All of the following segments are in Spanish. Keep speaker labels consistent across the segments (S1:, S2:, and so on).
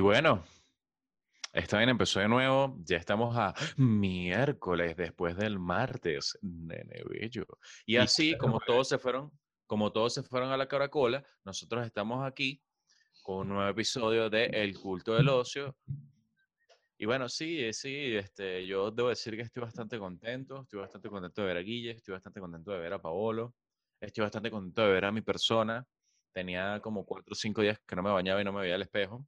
S1: bueno, esta bien empezó de nuevo. Ya estamos a miércoles después del martes, nene bello. Y así como todos se fueron, como todos se fueron a la caracola, nosotros estamos aquí con un nuevo episodio de El culto del ocio. Y bueno, sí, eh, sí, este, yo debo decir que estoy bastante contento. Estoy bastante contento de ver a Guille, estoy bastante contento de ver a Paolo, estoy bastante contento de ver a mi persona. Tenía como cuatro o cinco días que no me bañaba y no me veía al espejo.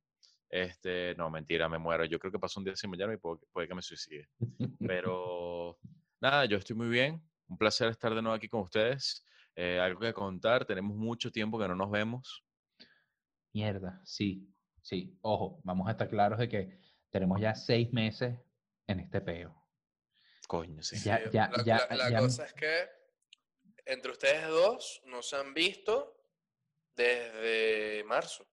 S1: Este, no, mentira, me muero. Yo creo que pasó un día sin bañarme y puedo- puede que me suicide. Pero nada, yo estoy muy bien. Un placer estar de nuevo aquí con ustedes. Eh, algo que contar, tenemos mucho tiempo que no nos vemos.
S2: Mierda, sí, sí. Ojo, vamos a estar claros de que tenemos ya seis meses en este peo.
S1: Coño, sí.
S2: Ya,
S3: Sí,
S2: ya,
S3: la,
S2: ya,
S3: la- la
S2: ya-
S3: cosa es que entre ustedes dos no se han visto desde marzo.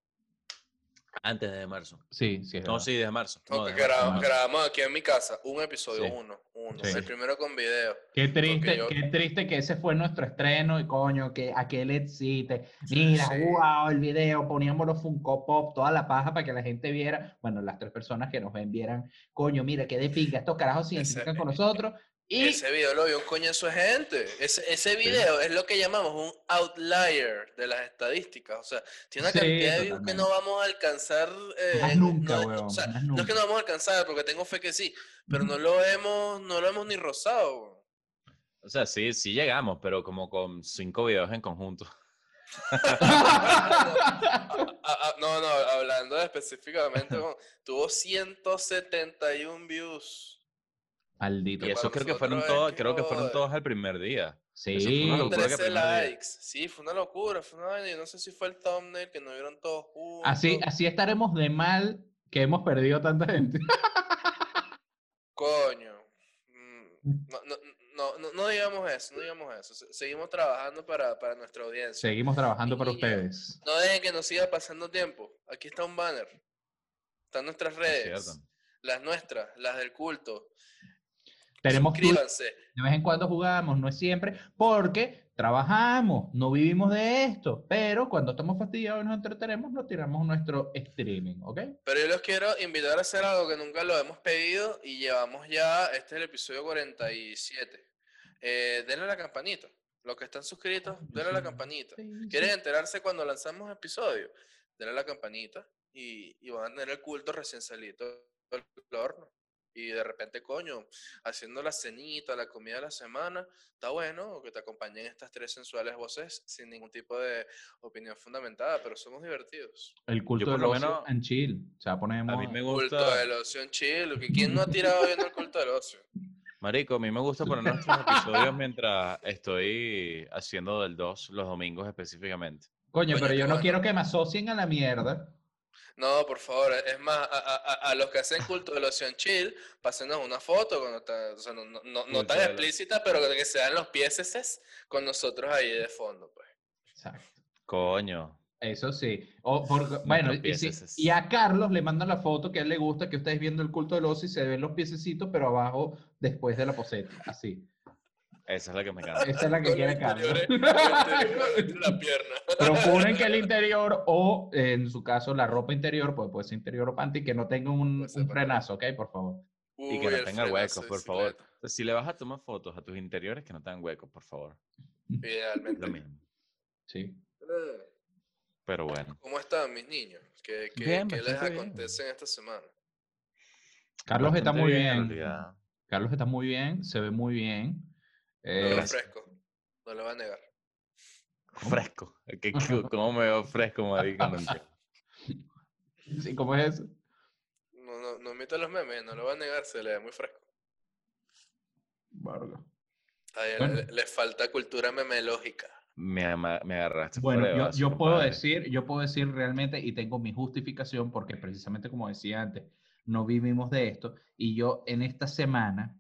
S1: Antes de marzo.
S2: Sí, sí, es
S1: No,
S2: verdad.
S1: sí, desde marzo. No,
S3: Porque
S1: desde marzo,
S3: gra-
S1: desde marzo.
S3: grabamos aquí en mi casa un episodio,
S1: Sí.
S3: uno, uno.
S2: Sí.
S3: El primero con video.
S2: Qué triste,
S3: yo-
S2: qué triste que ese fue nuestro estreno y coño, que a qué le excite. Mira, wow, el video, poníamos los Funko Pop, toda la paja para que la gente viera, bueno, las tres personas que nos ven vieran, coño, mira, qué de pinga, estos carajos se
S3: Ese-
S2: identifican con nosotros y
S3: Ese video lo vio un coñazo de gente. Ese, ese video es lo que llamamos un outlier de las estadísticas. O sea, tiene una
S2: Sí,
S3: cantidad de views que
S2: totalmente.
S3: no vamos a alcanzar. eh,
S2: Más
S3: en-
S2: nunca,
S3: no,
S2: weón,
S3: o sea,
S2: más
S3: no es
S2: nunca.
S3: que no vamos a alcanzar, porque tengo fe que sí. Pero no lo hemos, no lo hemos ni rozado. weón.
S1: O sea, sí, sí llegamos, pero como con cinco videos en conjunto.
S3: Ah, ah, no, no, hablando específicamente, weón, tuvo 171 views.
S2: maldito.
S1: Y eso
S3: para
S1: creo que
S3: nosotros
S1: fueron
S3: es
S1: todos,
S3: que
S1: creo que fueron
S3: joder.
S1: todos al primer día. eso fue
S2: Sí,
S1: una locura. que
S3: 13
S1: apenas llega.
S3: likes. Sí, fue una locura. Fue una vaina. Yo no sé si fue el thumbnail que nos vieron todos juntos.
S2: así, así estaremos de mal que hemos perdido tanta gente.
S3: Coño. Mm, No, no, no, no, no digamos eso, no digamos eso. Se- Seguimos trabajando para, para nuestra audiencia.
S2: Seguimos trabajando para
S3: Niño.
S2: ustedes.
S3: No dejen que nos siga pasando tiempo. Aquí está un banner. Están nuestras
S1: Es
S3: redes.
S1: cierto.
S3: Las nuestras, las del culto.
S2: Tenemos tu-
S3: Suscríbanse.
S2: De vez en cuando jugamos, no es siempre, porque trabajamos, no vivimos de esto, pero cuando estamos fastidiados y nos entretenemos, nos tiramos nuestro streaming, ¿ok?
S3: Pero yo los quiero invitar a hacer algo que nunca lo hemos pedido y llevamos ya, este es el episodio 47. Eh, denle a la campanita. Los que están suscritos, denle a la campanita. ¿Quieren enterarse cuando lanzamos episodio? Denle a la campanita y, y van a tener el culto recién salido del horno. Y de repente, coño, haciendo la cenita, la comida de la semana, está bueno que te acompañen estas tres sensuales voces sin ningún tipo de opinión fundamentada, pero somos divertidos.
S2: El culto
S1: Yo por
S2: del
S1: lo
S2: ocio
S1: menos-
S2: and chill. Se va a poner de
S1: A mí
S2: moda.
S1: me
S3: Culto
S1: gusta,
S3: del ocio en Chile. que ¿Quién no ha tirado viendo el culto del ocio?
S1: Marico, a mí me gusta poner nuestros episodios mientras estoy haciendo del 2 los domingos específicamente.
S2: Coño,
S3: Coño,
S2: pero
S3: qué
S2: yo no
S3: bueno.
S2: quiero que me asocien a la mierda.
S3: No, por favor, es más, a, a- a- a los que hacen culto del ocio en Chile, pásenos una foto, cuando está- o sea, no, no- no- no
S1: Culto del
S3: tan
S1: ocio.
S3: explícita, pero que se dan los pieses con nosotros ahí de fondo. Pues.
S2: Exacto.
S1: Coño.
S2: Eso sí. O por- bueno, y, si-
S1: piececitos.
S2: y a Carlos le mandan la foto que a él le gusta, que ustedes viendo el culto del ocio y se ven los piececitos, pero abajo después de la poseta. Así.
S1: Esa es la que me encanta.
S2: Esa es la que
S3: Con los
S2: quiere Carlos.
S1: eh,
S3: interiores- los interiores entre la pierna.
S2: Proponen que el interior o, eh, en su caso, la ropa interior, pues puede ser interior o panty, que no tenga un,
S3: Puede ser
S2: un
S3: pantalón.
S2: frenazo, ¿ok? Por favor.
S1: Y
S3: Uy,
S1: que no
S3: el
S1: tenga
S3: frenazo
S1: huecos,
S3: de
S1: por favor.
S3: bicicleta.
S1: Si le vas a tomar fotos a tus interiores, que no tengan huecos, por favor. Es
S3: Idealmente.
S1: lo mismo.
S2: Sí.
S3: Eh,
S1: Pero bueno.
S3: ¿Cómo están mis niños? ¿Qué, qué-
S1: Bien,
S3: qué les
S1: bastante bien.
S3: acontece en esta semana?
S2: Carlos está
S1: bastante
S2: muy
S1: en
S2: bien.
S1: realidad.
S2: Carlos está muy bien, se ve muy bien.
S3: No
S2: Eh,
S3: lo
S1: gracias.
S3: ofrezco, no lo va a negar.
S1: Fresco. ¿Qué- qué- ¿Cómo me veo fresco, marico? No entiendo.
S2: Eh, sí, ¿Cómo es eso?
S3: No, no, no imito los memes, no lo va a negar, se le ve muy fresco. A él
S2: Bueno.
S3: le, le falta cultura memelógica.
S1: Me, ama- me agarraste.
S2: Bueno,
S1: fuera de
S2: yo,
S1: base,
S2: yo puedo
S1: compadre.
S2: decir, yo puedo decir realmente y tengo mi justificación porque precisamente como decía antes, no vivimos de esto y yo en esta semana,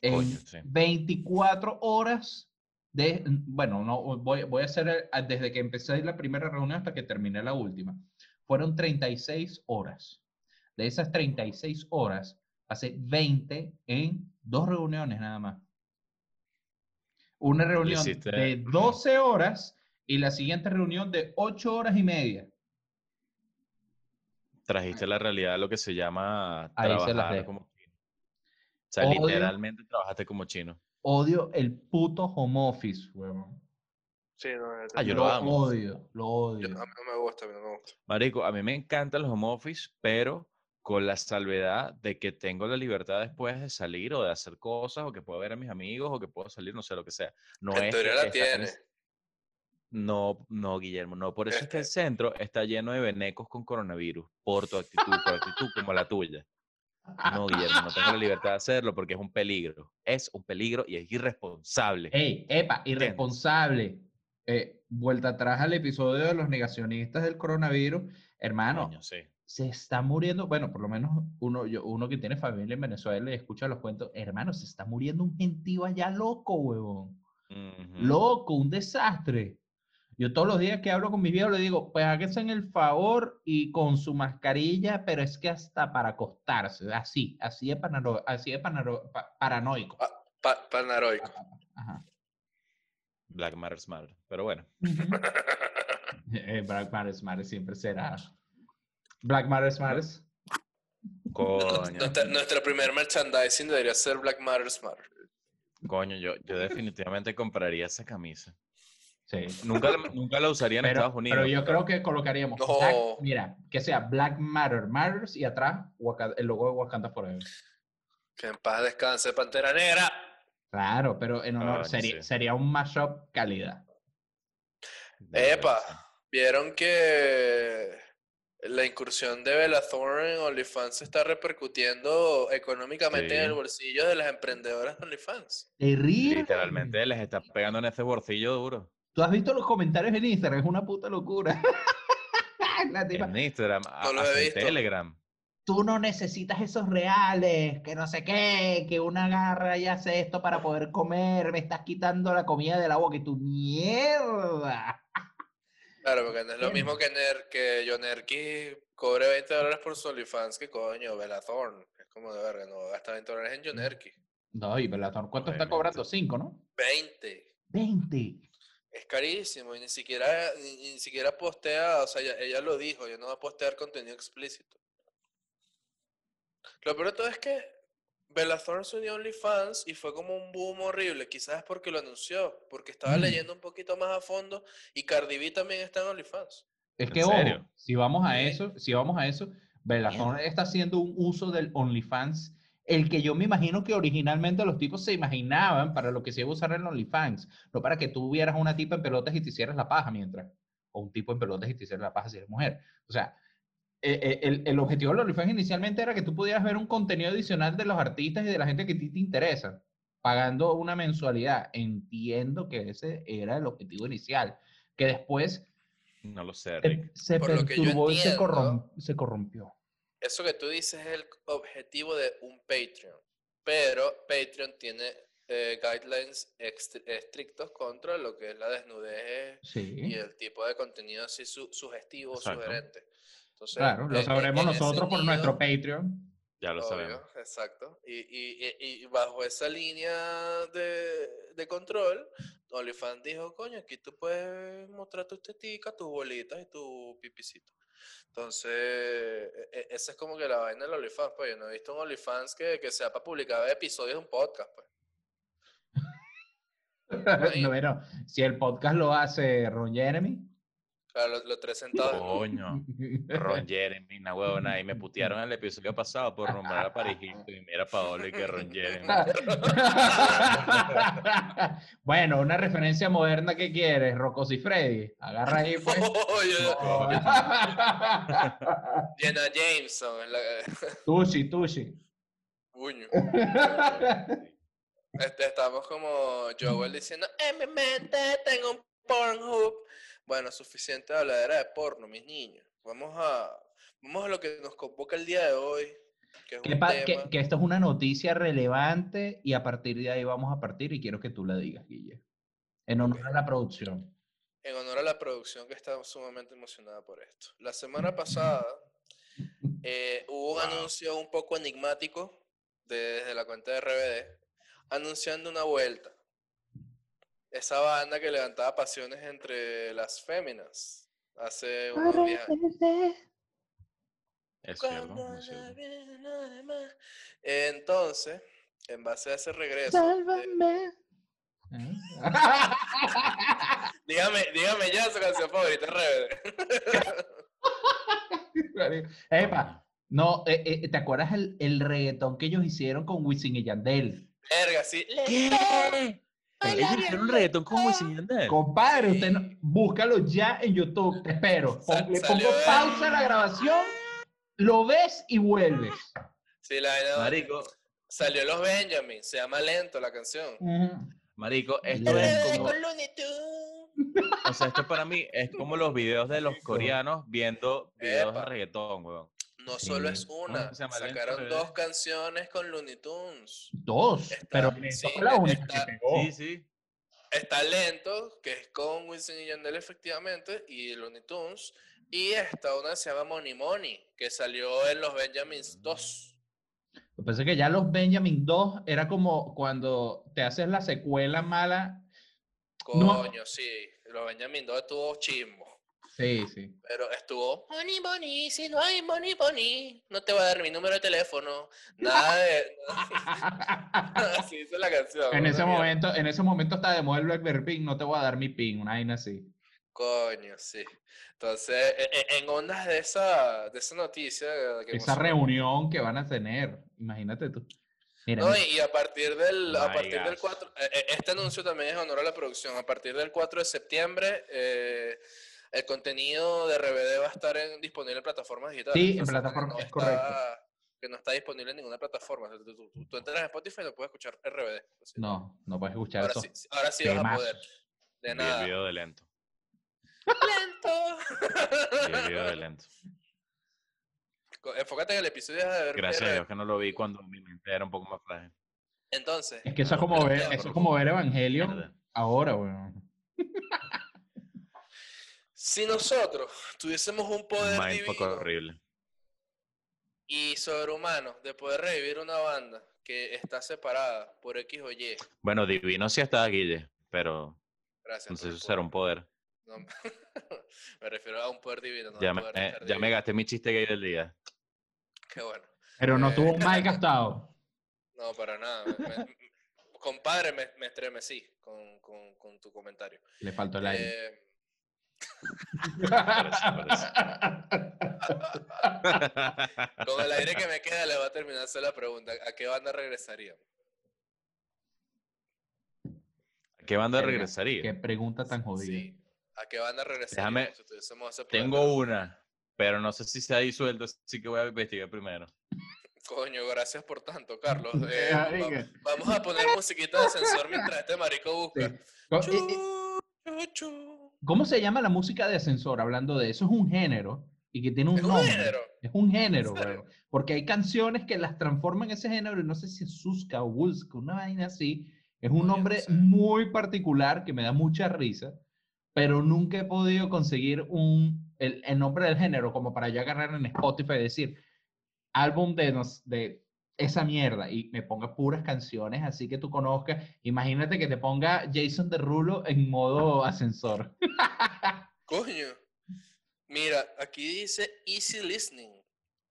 S2: en
S1: Coño, sí.
S2: 24 horas de, bueno, no voy, voy a hacer el- a- desde que empecé la primera reunión hasta que terminé la última, fueron 36 horas. De esas 36 horas, pasé 20 en dos reuniones nada más. Una reunión
S1: hiciste-
S2: de 12 horas y la siguiente reunión de 8 horas y media.
S1: Trajiste la realidad a lo que se llama
S2: Ahí se las
S1: trabajar
S2: dejo.
S1: como chino. O sea,
S2: Odio-
S1: literalmente trabajaste como chino.
S2: Odio el puto home office, huevón.
S3: Sí, no,
S1: Ah, yo
S3: no,
S1: lo amo.
S2: odio, lo
S3: yo-
S2: odio.
S3: a mí no me gusta, a mí no me gusta.
S1: Marico, a mí me encanta el home office, pero con la salvedad de que tengo la libertad después de salir o de hacer cosas o que puedo ver a mis amigos o que puedo salir, no sé, lo que sea. No
S3: en
S1: es
S3: teoría
S1: que
S3: la
S1: está en el
S3: tiene.
S1: No, no, Guillermo, no. Por eso es que el
S3: Este.
S1: centro está lleno de venecos con coronavirus, por tu actitud, por actitud como la tuya. No, Guillermo, no tengo la libertad de hacerlo porque es un peligro. Es un peligro y es irresponsable.
S2: Ey, epa, irresponsable. Eh, vuelta atrás al episodio de los negacionistas del coronavirus. Hermano,
S1: Coño, sí.
S2: se está muriendo, bueno, por lo menos uno, yo, uno que tiene familia en Venezuela y escucha los cuentos, hermano, se está muriendo un gentío allá loco, huevón.
S1: Ujú.
S2: Loco, un desastre. Yo todos los días que hablo con mis viejos le digo, pues háganse en el favor y con su mascarilla, pero es que hasta para acostarse, así, así de, panaro- así de panaro- pa- paranoico.
S3: Ah. Pa- panaroico.
S1: Ah,
S2: Ajá.
S1: Black Matters Matter. Pero bueno,
S2: Eh, Black Matters Matters siempre será. Black Matters Matters.
S1: coño,
S3: Nuestra, nuestra primer merchandising debería ser Black Matters Matter.
S1: coño, yo, yo definitivamente compraría esa camisa.
S2: Sí.
S1: Nunca la, nunca la usaría en
S2: Pero,
S1: Estados Unidos.
S2: pero yo creo que colocaríamos,
S3: No.
S2: Black- mira, que sea Black Matter Matters y atrás Waka- el logo de Wakanda Forever.
S3: Que en paz descanse, Pantera Negra.
S2: Claro, pero en honor,
S1: Coño,
S2: sería,
S1: sí.
S2: sería un mashup calidad.
S1: De
S3: Epa.
S1: verdad, sí.
S3: Vieron que la incursión de Bella Thorne en OnlyFans está repercutiendo económicamente en
S1: Sí.
S3: el bolsillo de las emprendedoras de OnlyFans.
S2: Terrible.
S1: Literalmente les está pegando en ese bolsillo duro.
S2: Tú has visto los comentarios en Instagram, es una puta locura. La tipa,
S1: En Instagram, a-
S3: No lo he
S1: hasta en
S3: visto.
S1: Telegram.
S2: tú no necesitas esos reales, que no sé qué, que una garra y hace esto para poder comer, me estás quitando la comida de la boca y tu mierda.
S3: Claro, porque no es lo
S2: Bien.
S3: mismo que, Ner, que John Erky cobre 20 dólares por su OnlyFans que coño, Bella Thorne. Es como de verga, no gasta 20 dólares en John Erky.
S2: No, y Bellator, ¿cuánto está
S1: Obviamente.
S2: cobrando? Cinco, ¿no?
S3: 20.
S2: 20.
S3: Es carísimo y ni siquiera, ni, ni siquiera postea, o sea, ella, ella lo dijo, yo no voy a postear contenido explícito. Lo peor de todo es que Bella Thorne se unió a OnlyFans y fue como un boom horrible, quizás es porque lo anunció, porque estaba
S2: Mm.
S3: leyendo un poquito más a fondo y Cardi B también está en OnlyFans.
S2: Es
S1: ¿En
S2: que, ojo,
S1: serio?
S2: si vamos a
S3: Sí.
S2: eso, si vamos a eso, Belazón está haciendo un uso del OnlyFans, el que yo me imagino que originalmente los tipos se imaginaban para lo que se iba a usar el OnlyFans, no para que tú vieras una tipa en pelotas y te hicieras la paja mientras, o un tipo en pelotas y te hicieras la paja si eres mujer. O sea, eh, eh, el, el objetivo del OnlyFans inicialmente era que tú pudieras ver un contenido adicional de los artistas y de la gente que a ti te interesa, pagando una mensualidad. Entiendo que ese era el objetivo inicial, que después
S1: No lo sé,
S2: se-
S1: Rick.
S2: Em, Se
S3: Por lo que yo
S2: perturbó y se,
S3: entiendo-
S2: corrom- se corrompió.
S3: Eso que tú dices es el objetivo de un Patreon, pero Patreon tiene eh, guidelines extr- estrictos contra lo que es la desnudez y
S2: Sí.
S3: el tipo de contenido así su- sugestivo,
S1: Exacto.
S3: sugerente. Entonces,
S2: Claro,
S3: eh,
S2: lo
S3: eh,
S2: sabremos
S3: en ese
S2: nosotros por nuestro
S3: nido,
S2: Patreon.
S1: Ya lo sabemos.
S3: obvio, exacto. Y, y- y- y bajo esa línea de, de control, OnlyFans dijo, coño, aquí tú puedes mostrar tus teticas, tus bolitas y tu pipicito. Entonces, e- e- esa es como que la vaina del OnlyFans, pues yo no he visto un OnlyFans que, que sea para publicar episodios de un podcast, pues.
S2: no, bueno, si el podcast lo hace Ron Jeremy.
S3: Claro, los, los tres sentados.
S1: Oh,
S3: en un-
S1: Coño. Ron Jeremy, una huevona. Y me putearon en el episodio pasado por nombrar a Paris Hilton. Y mira Paola y que Ron Jeremy.
S2: bueno, una referencia moderna que quieres, Rocos y Freddy. Agarra ahí, pues.
S3: Oye,
S1: Coño.
S3: Jenna Jameson. en la- eh,
S2: tushi, tushi.
S3: Coño. Este, estamos como Joel diciendo, en mi mente tengo un Pornhub. Bueno, suficiente habladera de porno, mis niños. Vamos a, vamos a lo que nos convoca el día de hoy, que es
S2: que,
S3: un
S2: pa- que-
S3: tema.
S2: que esto es una noticia relevante y a partir de ahí vamos a partir y quiero que tú la digas, Guille. En honor a la producción.
S3: En honor a la producción que está sumamente emocionada por esto. La semana pasada eh, hubo un
S1: Wow.
S3: anuncio un poco enigmático de- desde la cuenta de RBD anunciando una vuelta. Esa banda que levantaba pasiones Ah, entre las féminas hace unos 10 años.
S1: Es cierto.
S3: Cuando
S1: es
S3: no
S1: cierto.
S3: viene nada más. Entonces, en base a ese regreso, eh,
S4: Sálvame.
S3: dígame, dígame ya su canción favorita, Rebelde.
S2: Epa, no, eh, eh, ¿te acuerdas el, el reggaetón que ellos hicieron con Wisin y Yandel?
S3: Verga, sí.
S1: ¿Qué? Ellos hicieron un reggaetón con Wisin y Yandel.
S2: Compadre,
S3: Sí.
S2: usted no- búscalo ya en YouTube, te espero. Pon-
S3: Sa-
S2: le
S3: salió
S2: pongo
S3: el-
S2: pausa a la grabación, lo ves y vuelves.
S3: Sí, la vaina-
S1: Marico,
S3: Salió Los Benjamins, se llama Lento la canción.
S1: marico, esto es como,
S3: Epa,
S1: o sea, esto para mí es como los videos de los
S2: Marico.
S1: coreanos viendo videos de
S3: Epa.
S1: reggaetón, weón.
S3: No solo es
S1: Sí.
S3: una,
S1: ¿Cómo se llama? Lento
S3: sacaron
S1: Rebelde.
S3: dos canciones con Looney Tunes.
S2: Dos,
S3: Está-
S2: pero
S3: sí,
S2: fue la única
S3: está-
S2: que pegó.
S1: Sí, sí.
S3: Está Lento, que es con Wilson y Yandel efectivamente, y Looney Tunes. Y esta una se llama Money Money, que salió en Los Benjamins 2.
S2: Lo que pasa es que ya los Benjamin 2 era como cuando te haces la secuela mala. No.
S3: Coño, sí, Los Benjamins 2 estuvo chismo.
S2: Sí, sí.
S3: Pero estuvo. Money, money, si no hay money, money, no te voy a dar mi número de teléfono. Nada de. Así dice la canción.
S2: en
S3: una
S2: ese
S3: mierda.
S2: momento, en ese momento está de moda el Blackberry Pin, no te voy a dar mi pin, una vaina así.
S3: Coño, sí. Entonces, e- e- en ondas de esa, de esa noticia. Que
S2: Esa
S3: emocionó.
S2: reunión que van a tener, imagínate tú. Mira,
S3: No,
S2: mira.
S3: y, y a partir del,
S2: Oh
S3: a
S1: My
S3: partir del
S1: gosh.
S3: 4, eh, eh, este anuncio también es honor a la producción. A partir del 4 de septiembre, eh, el contenido de RBD va a estar en- disponible en plataformas digitales.
S2: Sí, en
S3: cosa que
S2: plataforma, es correcto.
S3: está- que no está disponible en ninguna plataforma. O sea, tú, tú- tú- tú entras a Spotify y no puedes escuchar RBD. Así.
S2: no, no puedes escuchar
S3: ahora
S2: eso.
S3: sí, ahora sí vas a
S2: Temazos.
S3: poder.
S1: Vi
S3: De
S1: el
S3: nada.
S1: video de lento. Vi el video de lento.
S3: Lento. Co- Enfócate en el episodio de ver
S1: Gracias a
S3: RBD.
S1: Dios que no lo vi cuando mi mente era un poco más frágil.
S3: Entonces,
S2: Es que eso es como ver,
S3: Mierda.
S2: eso es como ver Evangelio
S1: Mierda.
S2: ahora, weón.
S3: si nosotros tuviésemos un poder
S1: Un mindfuck
S3: divino
S1: horrible.
S3: y sobrehumano de poder revivir una banda que está separada por X o Y,
S1: Bueno, divino sí estaba Guille, pero
S3: gracias.
S1: no sé
S3: por
S1: si
S3: el
S1: será un poder.
S3: poder. No, me refiero a un poder divino, no
S1: Ya
S3: al
S1: me,
S3: poder
S1: eh, ya
S3: tardío.
S1: me gasté mi chiste gay del día.
S3: Qué bueno.
S2: Pero no
S3: Eh.
S2: tuvo mal gastado.
S3: No, para nada. me- me- compadre, me, me estremecí con, con- con tu comentario.
S2: Le faltó el aire.
S3: Eh,
S1: parece,
S3: con el aire que me queda, le voy a terminar de hacer la pregunta. ¿A qué banda regresaría?
S1: ¿A ¿Qué banda
S2: Verga,
S1: regresaría?
S2: Qué pregunta tan jodida.
S3: eh, Sí. ¿A qué banda regresaría?
S1: Déjame-
S3: si tuviésemos ese poder de
S1: Tengo una, pero no sé si se ha disuelto, así que voy a investigar primero.
S3: Coño, gracias por tanto, Carlos. Eh, va-
S2: Marica.
S3: vamos a poner musiquita de ascensor mientras este marico busca.
S2: Sí. Co- eh, eh,
S3: Chu, chu, chu.
S2: ¿Cómo se llama la música de ascensor? Hablando de eso, es un género y que tiene un
S3: Es un
S2: nombre.
S3: género.
S2: Es un género,
S3: serio?
S2: weón. Porque hay canciones que las transforman en ese género y no sé si es Suska o Wuska, una vaina así. Es
S3: Coño,
S2: un
S3: no
S2: nombre
S3: sé.
S2: muy particular que me da mucha risa, pero nunca he podido conseguir un, el, el nombre del género como para yo agarrar en Spotify y decir álbum de, nos- de esa mierda y me ponga puras canciones así que tú conozcas. Imagínate que te ponga Jason Derulo en modo ascensor.
S3: Coño. Mira, aquí dice easy listening.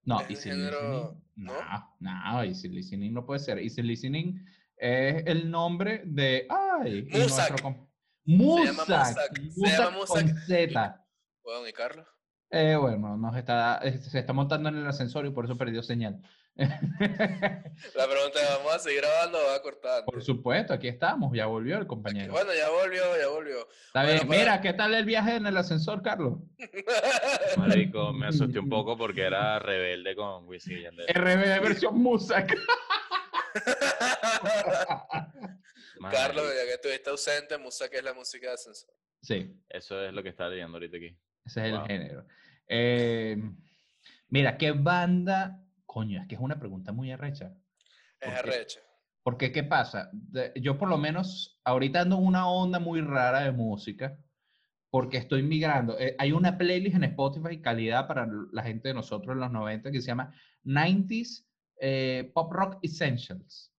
S2: No,
S3: Es un
S2: Easy
S3: género,
S2: Listening.
S3: ¿no?
S2: No, no, Easy Listening no puede ser. Easy Listening es el nombre de. ¡Ay! y
S3: Muzak.
S2: nuestro com-
S3: Se llama
S2: Muzak.
S3: Muzak, se
S2: Muzak
S3: llama
S2: con
S3: Muzak.
S2: Z.
S3: Bueno, y Carlos.
S2: Eh, bueno, nos está, eh, se está montando en el ascensor y por eso perdió señal.
S3: La pregunta es, ¿vamos a seguir grabando o va a cortar?
S2: por
S3: antes?
S2: supuesto, aquí estamos. Ya volvió el compañero.
S3: Bueno, ya volvió, ya volvió.
S2: Está bien.
S3: bueno, para-
S2: Mira, ¿qué tal el viaje en el ascensor, Carlos?
S1: Marico, me asusté un poco porque era rebelde con Wisin y
S3: Eh,
S1: Yandel.
S2: RBD versión Muzak.
S3: Carlos,
S1: Marico,
S3: ya que estuviste ausente, Musa, que es la música de ascensor.
S2: Sí.
S1: eso es lo que está leyendo ahorita aquí.
S2: Ese es el
S1: Wow.
S2: género. Eh, mira, ¿qué banda? Coño, es que es una pregunta muy arrecha.
S3: Es
S2: Ok.
S3: arrecho.
S2: Porque, ¿qué pasa? De- yo por lo menos ahorita ando en una onda muy rara de música porque estoy migrando. Eh, hay una playlist en Spotify calidad para l- la gente de nosotros en los 90 que se llama 90s eh, Pop Rock Essentials.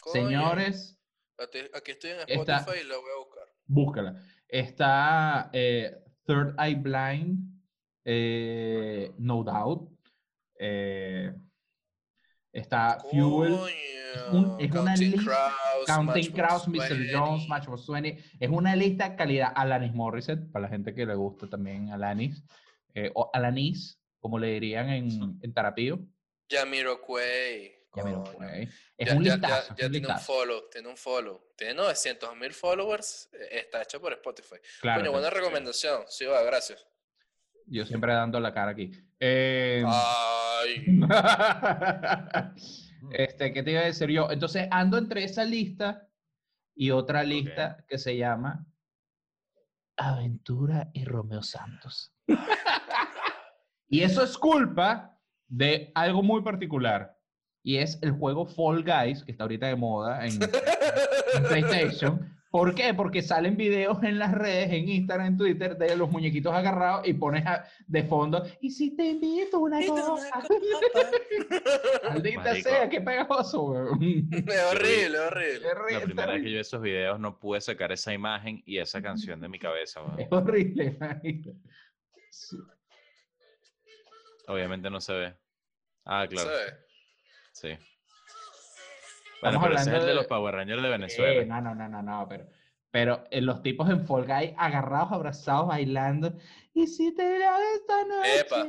S3: Coño,
S2: Señores,
S3: ati- Aquí estoy en
S2: Esta-
S3: Spotify y la voy a buscar.
S2: Búscala. Está eh, Third Eye Blind, eh, No Doubt, Eh, está Fuel. Es, un- es una lista.
S3: Krause,
S2: Counting
S3: Matchbox
S2: Krause, Mr. Jones,
S3: 20.
S2: Matchbox 20. Es una lista de calidad. Alanis Morissette, para la gente que le gusta también Alanis. eh, o Alanis, como le dirían en, en Tarapío.
S3: Jamiroquai.
S2: Ya me lo
S3: coño.
S2: fue. Es
S3: Ya-
S2: un
S3: ya- ya-
S2: listazo. es
S3: ya
S2: un
S3: tiene un
S2: listazo.
S3: follow, tiene un follow. Tiene 900 mil followers, eh, está hecho por Spotify.
S2: Claro,
S3: Coño, buena recomendación. Sí, va, gracias.
S2: yo siempre dando la cara aquí. Eh,
S3: Ah, Ay,
S2: este, ¿qué te iba a decir yo? Entonces ando entre esa lista y otra lista que se llama Aventura y Romeo Santos. y eso es culpa de algo muy particular. Y es el juego Fall Guys, que está ahorita de moda en, en PlayStation. ¿Por qué? Porque salen videos en las redes, en Instagram, en Twitter, de los muñequitos agarrados y pones a- de fondo, y si te invito una cosa. Maldita
S1: Marico.
S2: sea, qué pegajoso, weón.
S3: es horrible, es horrible.
S2: Es horri-
S1: La primera vez que
S2: terrible.
S1: yo vi esos videos no pude sacar esa imagen y esa canción de mi cabeza. weón.
S2: Es horrible, marico. Eh,
S1: Obviamente no se ve. Ah, claro.
S3: ¿Sabes?
S1: Sí. Bueno,
S2: Estamos
S1: pero ese es
S2: hablando
S1: el de
S2: de-
S1: los Power Rangers de
S2: Eh,
S1: Venezuela.
S2: no, no, no, no, no, pero, pero eh, los tipos en Fall Guy agarrados, abrazados, bailando. Y si te la esta noche.
S3: Epa.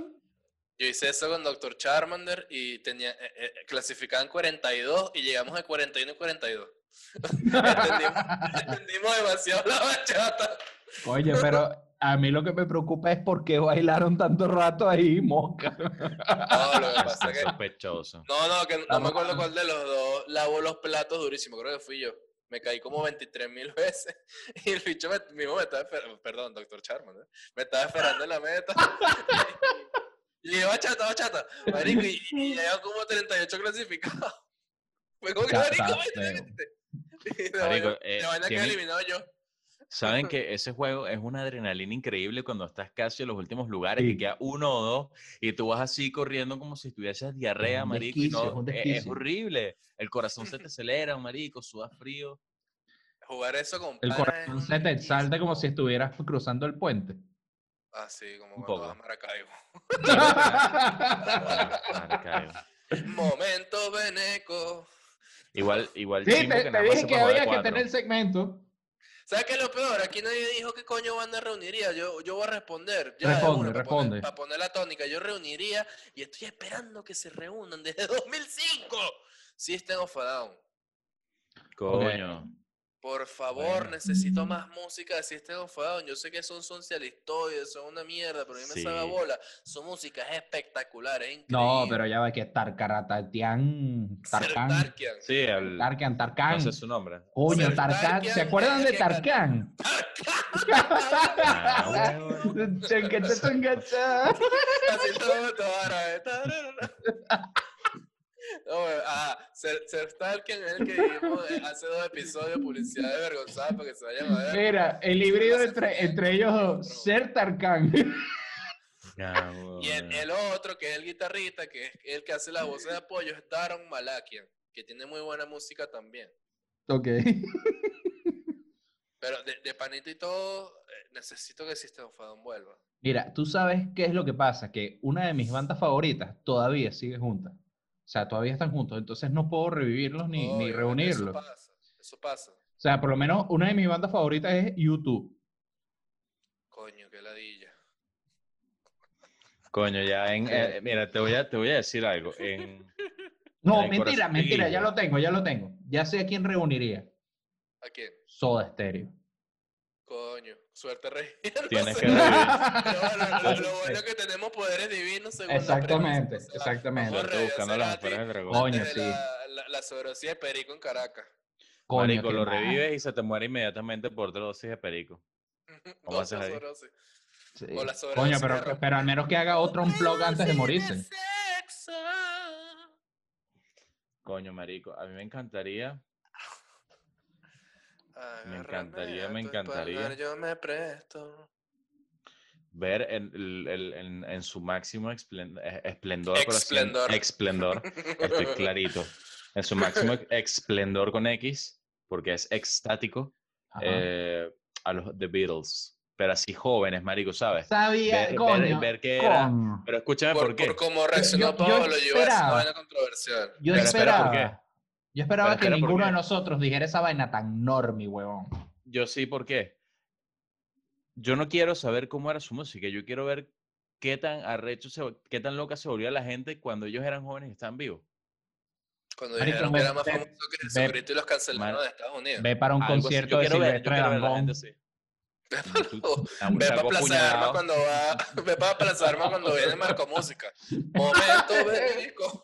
S3: Yo hice eso con Dr. Charmander y tenía, eh, eh, clasificaban 42 y llegamos a 41 y 42. entendimos, entendimos demasiado la bachata.
S2: Oye, pero a mí lo que me preocupa es por qué bailaron tanto rato ahí, mosca.
S3: No, lo que pasa es que.
S1: Sospechoso.
S3: No, no, que no
S2: Vamos
S3: me acuerdo
S2: a-
S3: cuál de los dos lavó los platos durísimo, creo que fui yo. Me caí como 23 mil veces y el bicho me- mismo me estaba esperando, perdón, doctor Charmander, me estaba esperando en la meta. y dije, bachata, bachata, marico, y, y ya llevo como 38 clasificados. Fue como que,
S2: Ya
S3: marico,
S2: está,
S3: vete,
S2: feo.
S3: vete. Y de
S1: Marico,
S3: vaina-
S1: eh,
S3: de vaina que
S1: tiene-
S3: eliminado yo.
S1: Saben que ese juego es una adrenalina increíble cuando estás casi en los últimos lugares, que
S2: Sí.
S1: queda uno o dos, y tú vas así corriendo como si tuvieses diarrea,
S2: un
S1: marico. y
S2: desquicio, es
S1: no-
S2: un
S1: e- es,
S2: desquicio.
S1: horrible. El corazón se te acelera, marico, sudas frío.
S3: Jugar eso con
S2: El
S3: panas es
S2: corazón
S3: un
S2: se te salta como si
S3: disco.
S2: estuvieras cruzando el puente.
S3: Así, Ah, como
S1: Un
S3: cuando
S1: poco.
S3: vas a Maracaibo.
S1: Maracaibo.
S3: Momento, Beneco.
S1: Igual, igual.
S2: Sí,
S1: chimbo
S2: te, te
S1: nada más
S2: dije
S1: se
S2: que
S1: puede jugar
S2: había que
S1: cuatro.
S2: tener segmento.
S3: ¿Sabes qué es lo peor? Aquí nadie dijo qué coño banda reuniría. Yo, yo voy a responder. Ya
S2: Responde,
S3: para
S2: responde.
S3: Poner, para poner la tónica, yo reuniría y estoy esperando que se reúnan desde 2005. System of a Down.
S1: Coño.
S3: Por favor,
S1: Bueno.
S3: necesito más música de System of a Down. Yo sé que son socialistoides, son una mierda, pero a mí me sabe a
S1: Sí.
S3: bola. Su música es espectacular, es increíble.
S2: No, pero ya va que Tarkaratian,
S3: Ser
S2: Tarkan,
S3: Tarkian.
S1: Sí, el, no
S2: Tarkan, Tarkan.
S1: sé su nombre.
S2: Coño,
S3: Ser
S2: Tarkan. ¿Se
S3: Tarkan
S2: acuerdan
S3: es
S2: de
S3: que canta.
S2: Tarkan?
S1: Ah, huevo.
S2: Chancacha, chancacha.
S3: Así todo, todo ahora, eh, tararara. No, bueno, ah, Ser, Ser Starken es el que vimos eh, hace dos episodios, publicidad de vergonzada para que se vayan a ver.
S2: Mira, el híbrido entre, entre ellos dos, ser Tarkan.
S1: Ah, huevo,
S3: Y el, el otro, que es el guitarrista, que es el que hace la voz de apoyo, es Daron Malakian, que tiene muy buena música también.
S2: Ok.
S3: Pero de, de panito y todo, eh, necesito que System Fadon vuelva.
S2: Mira, tú sabes qué es lo que pasa, que una de mis bandas favoritas todavía sigue junta. O sea, todavía están juntos, entonces no puedo revivirlos ni,
S3: Obvio,
S2: ni
S3: eso
S2: reunirlos. O
S3: pasa, eso pasa.
S2: sea, por lo menos una de mis bandas favoritas es YouTube.
S3: Coño, qué ladilla.
S1: Coño, ya en. eh, mira, te voy, a, te voy a decir algo. En, En
S2: No,
S1: el
S2: mentira,
S1: corazón de
S2: mentira, ya
S1: Guillo.
S2: lo tengo, ya lo tengo. Ya sé a quién reuniría.
S3: ¿A quién?
S2: Soda Stereo.
S3: Coño, suerte riéndose.
S1: tienes que revivir.
S3: Pero bueno, lo, lo
S2: Sí.
S3: bueno es que tenemos poderes divinos según la
S2: Exactamente,
S3: premisa, o sea,
S2: exactamente.
S3: Vamos a
S1: Estoy buscando
S3: revisar
S1: las
S3: a ti
S1: afueras del dragón.
S2: Coño,
S3: antes de
S2: sí.
S3: La, la, la sobredosis de Perico en Caracas.
S2: Coño,
S1: Marico,
S2: qué
S1: lo
S2: mal.
S1: revives y se te muere inmediatamente por otra dosis de perico. ¿Cómo
S3: Otra
S1: haces ahí?
S3: sobredosis.
S2: Sí.
S3: O la sobredosis
S2: Coño,
S3: de
S2: pero,
S3: ropa.
S2: pero al menos que haga otro un blog antes de morirse.
S3: Sexo.
S1: Coño, marico, a mí me encantaría.
S3: Agárrame
S1: encantaría,
S3: de
S1: me
S3: tu
S1: encantaría.
S3: espaldar, Yo me presto.
S1: ver en, el- el- en- en su máximo explen- eh, esplendor. por así-
S3: Explendor.
S1: Explendor. Estoy clarito. En su máximo ex- esplendor con X, porque es extático,
S2: Ajá.
S1: eh, a los The Beatles. pero así jóvenes, marico, ¿sabes?
S2: Sabía,
S1: Ver, ver,
S2: coño.
S1: ver qué era.
S2: coño.
S1: Pero escúchame por,
S3: Por,
S1: qué.
S3: por cómo
S2: Yo-
S3: reaccionó
S2: yo
S3: Pablo, yo iba a decir una
S2: esperaba.
S3: vaina controversial.
S2: Yo
S1: Pero espera,
S2: esperaba.
S1: ¿por
S2: Yo esperaba
S1: Pero
S2: que
S1: espera, ¿por
S2: ninguno
S1: qué?
S2: de nosotros dijera esa vaina tan normi, huevón.
S1: Yo sí, ¿por qué? Yo no quiero saber cómo era su música, yo quiero ver qué tan arrecho, se, vol- qué tan loca se volvía la gente cuando ellos eran jóvenes y estaban vivos.
S3: Cuando
S2: Marico,
S3: dijeron
S2: me-
S3: que era más
S2: me-
S3: famoso que Jesucristo y los cancelaron
S1: Mar-
S3: de Estados Unidos.
S2: Ve para un
S1: Algo así,
S2: concierto
S1: yo
S2: de
S1: quiero ver, yo
S2: Silvestre
S1: quiero ver a la
S2: Dangond.
S1: gente así. Tú- ah,
S3: Ve para
S1: sacó
S3: Plaza de Armas
S1: puñalado.
S3: cuando va. Ve para Plaza de Armas cuando viene Marco Música. Momento bélico.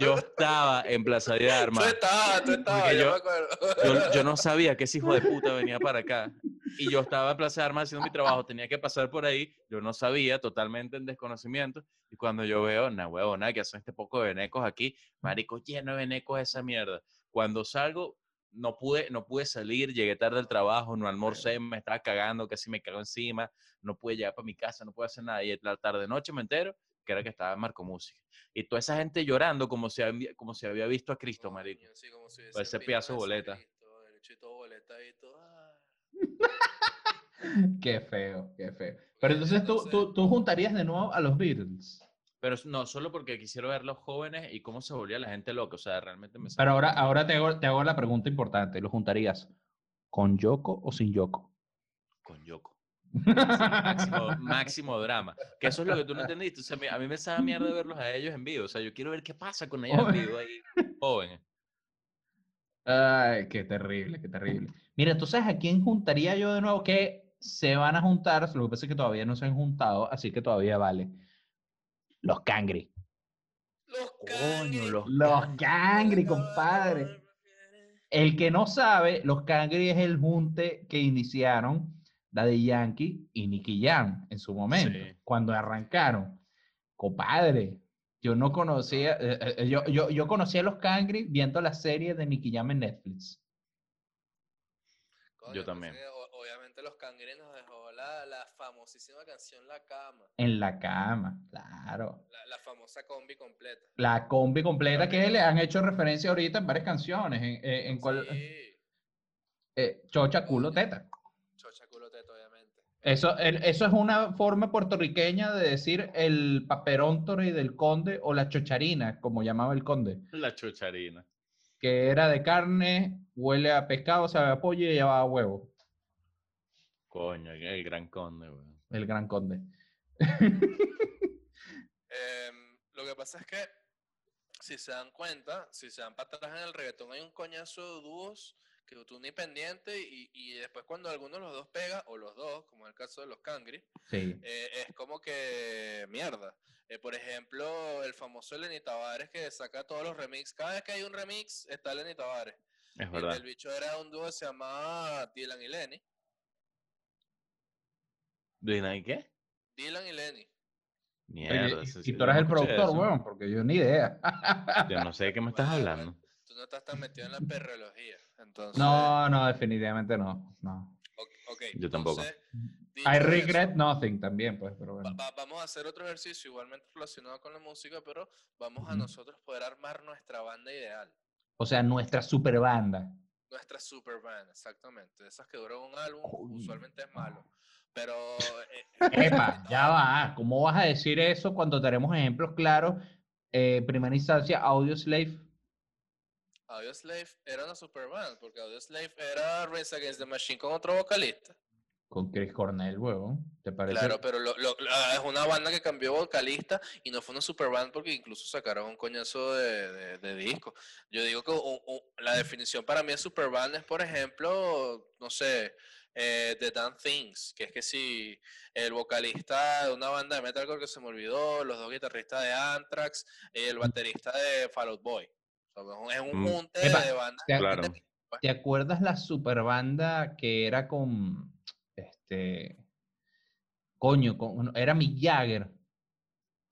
S1: Yo estaba en Plaza de
S3: Tú
S1: Armas.
S3: estabas, tú estabas,
S1: Porque
S3: yo,
S1: yo-
S3: me acuerdo.
S1: Yo, yo no sabía que ese hijo de puta venía para acá. Y yo estaba en Plaza de Armas haciendo mi trabajo, tenía que pasar por ahí. Yo no sabía, totalmente en desconocimiento. Y cuando yo veo, na huevona, que hacen este poco de venecos aquí, marico lleno de venecos esa mierda. Cuando salgo, no pude, no pude salir, llegué tarde al trabajo, no almorcé, me estaba cagando, casi me cago encima, no pude llegar para mi casa, no pude hacer nada. Y en la tarde noche me entero que era que estaba Marco Música. Y toda esa gente llorando como si, había- como si había visto a Cristo, marico.
S3: Coño, sí, como si hubiese
S1: Parece
S3: pintado
S1: pedazo de
S3: ese
S1: boleta.
S3: Cristo, el chito boletadito, ah.
S2: Qué feo, qué feo. Pero entonces tú, tú, tú juntarías de nuevo a los Beatles.
S1: Pero s- no, solo porque quisiera ver los jóvenes y cómo se volvía la gente loca. O sea, realmente me
S2: Pero
S1: sacó.
S2: ahora, ahora te, hago, te hago la pregunta importante. ¿Lo juntarías con Yoko o sin Yoko?
S1: con Yoko. Máximo, máximo drama. Que eso es lo que tú no entendiste. O sea, me- a mí me sabe mierda verlos a ellos en vivo. O sea, yo quiero ver qué pasa con ellos en
S2: Obvio.
S1: vivo ahí, jóvenes.
S2: Ay, qué terrible, qué terrible. Mira, entonces, ¿a quién juntaría yo de nuevo? Que se van a juntar, lo que pasa es que todavía no se han juntado, así que todavía vale. Los Cangri.
S3: Los
S1: Coño, los.
S2: Los Cangri, compadre. El que no sabe, los Cangri es el junte que iniciaron la de Yankee y Nicky Jam en su momento,
S1: Sí.
S2: cuando arrancaron. Compadre, yo no conocía, eh, eh, eh, yo, yo, yo conocía a los Cangri viendo la serie de Nicky Jam en Netflix.
S3: Coño,
S1: Yo
S3: entonces,
S1: también.
S3: o- obviamente los cangrenos nos dejó la, la famosísima canción La Cama,
S2: En la cama, claro.
S3: la, la famosa combi completa.
S2: La combi completa que le han hecho referencia ahorita en varias canciones, en, en, en cual,
S3: Sí,
S2: eh, chocha, culo, teta.
S3: chocha culo teto, obviamente.
S2: Eso, el- eso es una forma puertorriqueña de decir el paperón y del conde o la chocharina, como llamaba el conde,
S1: La chucharina.
S2: que era de carne, huele a pescado, sabe a pollo y llevaba huevo,
S1: Coño, el- el gran conde, weón.
S2: el gran conde.
S3: Em, lo que pasa es que, si se dan cuenta, si se dan para atrás en el reggaetón, hay un coñazo de dúos que tú ni pendiente y, y después cuando alguno de los dos pega, o los dos, como en el caso de los cangri,
S2: Sí.
S3: eh, es como que mierda. Eh, por ejemplo, el famoso Lenny Tavares que saca todos los remix. Cada vez que hay un remix, está Lenny Tavares.
S1: Es
S3: El,
S1: verdad.
S3: el bicho era un dúo que se llamaba Dylan y Lenny.
S1: ¿Dicen ahí qué?
S3: Dylan y Lenny.
S2: Oye,
S1: Mierda.
S2: y-
S1: eso sí,
S2: y tú
S1: yo
S2: eres
S1: no
S2: el
S1: escuché
S2: productor,
S1: eso.
S2: huevón, porque yo ni idea.
S1: Yo no sé de qué me estás
S3: Bueno,
S1: hablando.
S3: Tú no estás tan metido en la perreología. Entonces,
S2: No, no, definitivamente no. no.
S3: ok, ok,
S1: Yo tampoco.
S3: entonces, dicho
S2: I
S3: eso,
S2: regret nothing también, pues, pero
S3: va-
S2: bueno.
S3: va- vamos a hacer otro ejercicio igualmente relacionado con la música, pero vamos a
S2: Ujú.
S3: nosotros poder armar nuestra banda ideal.
S2: O sea, nuestra super banda.
S3: Nuestra super band, exactamente. Esas que duran un álbum,
S2: Coño.
S3: usualmente es malo. Pero. eh,
S2: Epa, ya
S3: ah,
S2: va. ¿Cómo vas a decir eso cuando tenemos ejemplos claros? Eh, en primera instancia, Audio Slave.
S3: Audio Slave era una super band, porque Audio Slave era Rise Against the Machine con otro vocalista.
S2: Con Chris Cornell, huevón. ¿Te parece?
S3: Claro, pero lo- lo- la- es una banda que cambió vocalista y no fue una super band porque incluso sacaron un coñazo de, de- de disco. Yo digo que u- u- la definición para mí de super band es, por ejemplo, no sé, eh, The Damn Things, que es que si el vocalista de una banda de metalcore que se me olvidó, los dos guitarristas de Anthrax y
S2: Mm.
S3: el baterista de Fall Out Boy. O sea, es un
S1: Mm.
S3: junte
S2: Epa,
S3: de bandas.
S2: ¿Te,
S1: Claro.
S2: te acuerdas la super banda que era con. Este. Coño, con- era Mick Jagger.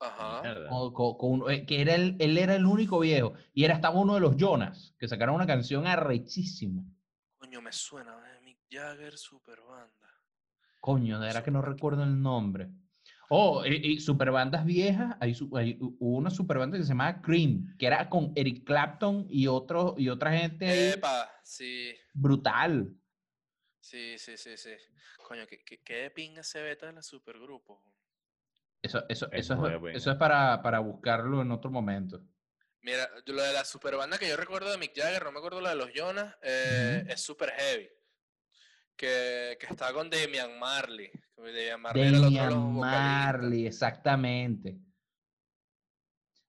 S3: Ajá.
S1: Mierda.
S2: con- con- con- eh, que era el, él era el único viejo. Y era estaba uno de los Jonas, que sacaron una canción arrechísima.
S3: Coño, me suena, eh, Mick Jagger, super banda.
S2: Coño, de verdad que no recuerdo el nombre. Oh, y, y superbandas viejas, hay, su- hay- hu- hubo una superbanda que se llamaba Cream, que era con Eric Clapton y otro y otra gente ahí,
S3: Epa, sí.
S2: brutal.
S3: Sí, sí, sí, sí. Coño, ¿qué, qué, qué de pinga se ve en la supergrupo?
S2: Eso, eso,
S1: Es
S2: eso,
S1: muy
S2: es,
S1: bueno.
S2: eso es para, para buscarlo en otro momento.
S3: Mira, yo- lo de la superbanda que yo recuerdo de Mick Jagger, no me acuerdo la de los Jonas, eh,
S2: Ujú.
S3: es super heavy. Que, que está con Damian Marley. que Damian Marley era el otro de los
S2: Damian
S3: vocalistas,
S2: Marley, exactamente.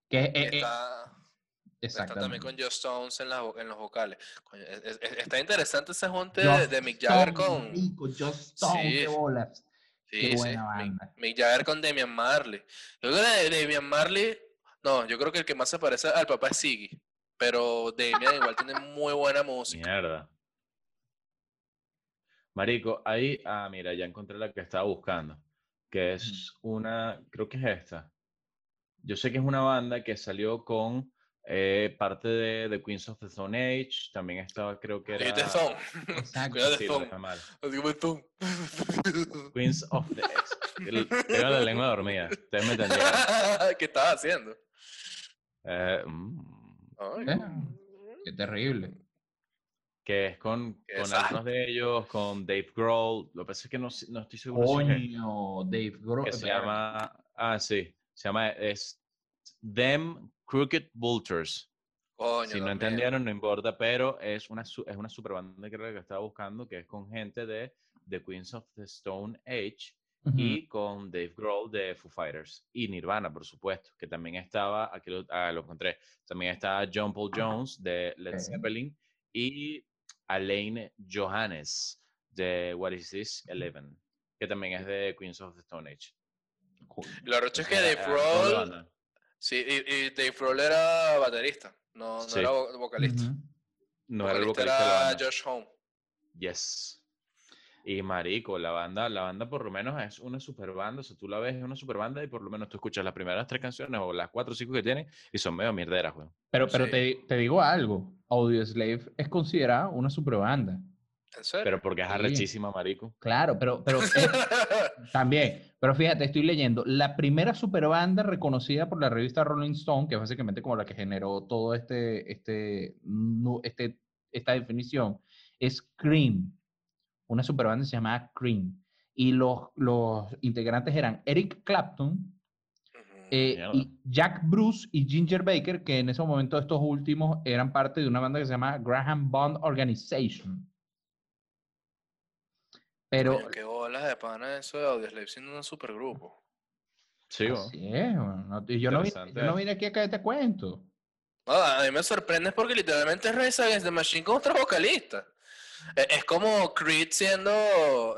S2: Que es,
S3: que
S2: eh, eh,
S3: está, está
S2: exactamente.
S3: también con Josh Stones en, las vo- en los vocales. Coño, es- es- es- está interesante ese junte de,
S2: Joss
S3: de Mick Jagger
S2: Stone,
S3: con.
S2: marico, Joss Stone,
S3: Sí.
S2: qué bolas.
S3: Sí,
S2: Qué
S3: sí,
S2: buena
S3: Mick-
S2: banda.
S3: Mick Jagger con Damian Marley. Yo creo que de- Damian Marley, no, yo creo que el que más se parece al papá es Siggy. Pero Damian igual tiene muy buena música.
S1: Mierda. Marico, ahí, ah, mira, ya encontré la que estaba buscando, que es una, creo que es esta. Yo sé que es una banda que salió con eh, parte de The Queens of the Stone Age, también estaba, creo que
S3: Dijiste
S1: era...
S3: Stone.
S2: Exacto.
S3: Cuidado,
S1: Sí, lo
S3: Stone.
S1: dije mal.
S3: Dígame Stone.
S1: Queens of the Age. Tengo la lengua dormida, ustedes me entendieron.
S3: ¿Qué estabas haciendo?
S1: Eh, mm.
S3: Ay.
S2: ¿Eh? Qué terrible.
S1: que es con,
S3: Qué
S1: con algunos de ellos, con Dave Grohl. Lo que pasa es que no, sé- no estoy seguro si es él,
S2: Coño, Dave Grohl.
S1: que se llama. Ah, sí. Se llama es Them Crooked Vultures.
S3: Coño,
S1: si no
S3: Damián.
S1: entendieron, no importa, pero es una, su- es una super banda que creo que estaba buscando, que es con gente de The Queens of the Stone Age
S2: Ujú.
S1: y con Dave Grohl de Foo Fighters y Nirvana, por supuesto, que también estaba, aquí lo, ah, lo encontré, también estaba John Paul Jones de Led
S2: Ah, Ok.
S1: Zeppelin y Alain Johannes de What Is This Eleven, que también es de Queens of the Stone Age.
S2: Coño.
S3: Lo arrecho es que Dave
S1: Era- era toda la
S3: Roll.
S1: banda.
S3: Sí, y, y Dave Roll era baterista, no, no
S1: Sí.
S3: era vo- vocalista.
S2: Ujú.
S1: No era el
S3: vocalista
S1: vocalista de la
S3: era
S1: banda.
S3: Josh Home.
S1: Yes. Y marico, la banda, la banda por lo menos es una super banda, o sea, tú la ves, es una super banda y por lo menos tú escuchas las primeras tres canciones o las cuatro o cinco que tienen y son medio mierderas, weón.
S2: Pero, pero
S3: Sí.
S2: te, te digo algo. Audioslave es considerada una superbanda.
S3: ¿En serio?
S1: Pero porque es
S2: Sí.
S1: arrechísima, marico.
S2: Claro, pero, pero es- También, pero fíjate, estoy leyendo la primera superbanda reconocida por la revista Rolling Stone, que es básicamente como la que generó todo este, este, nu- este, esta definición, es Cream. Una superbanda se llamaba Cream. Y los, los integrantes eran Eric Clapton,
S3: Ujú.
S2: eh,
S1: Mierda.
S2: y Jack Bruce y Ginger Baker, que en ese momento estos últimos eran parte de una banda que se llama Graham Bond Organization. Pero
S3: Coño, qué bolas de pana eso de Audioslave siendo un supergrupo.
S1: Sí, weón.
S2: Así es, bueno, no- y yo, no vine, yo
S1: Interesante.
S2: no vine aquí a caerte a cuento.
S3: No, a mí me sorprende porque literalmente es Rise Against the Machine con otro vocalista. E- Es, como Creed siendo.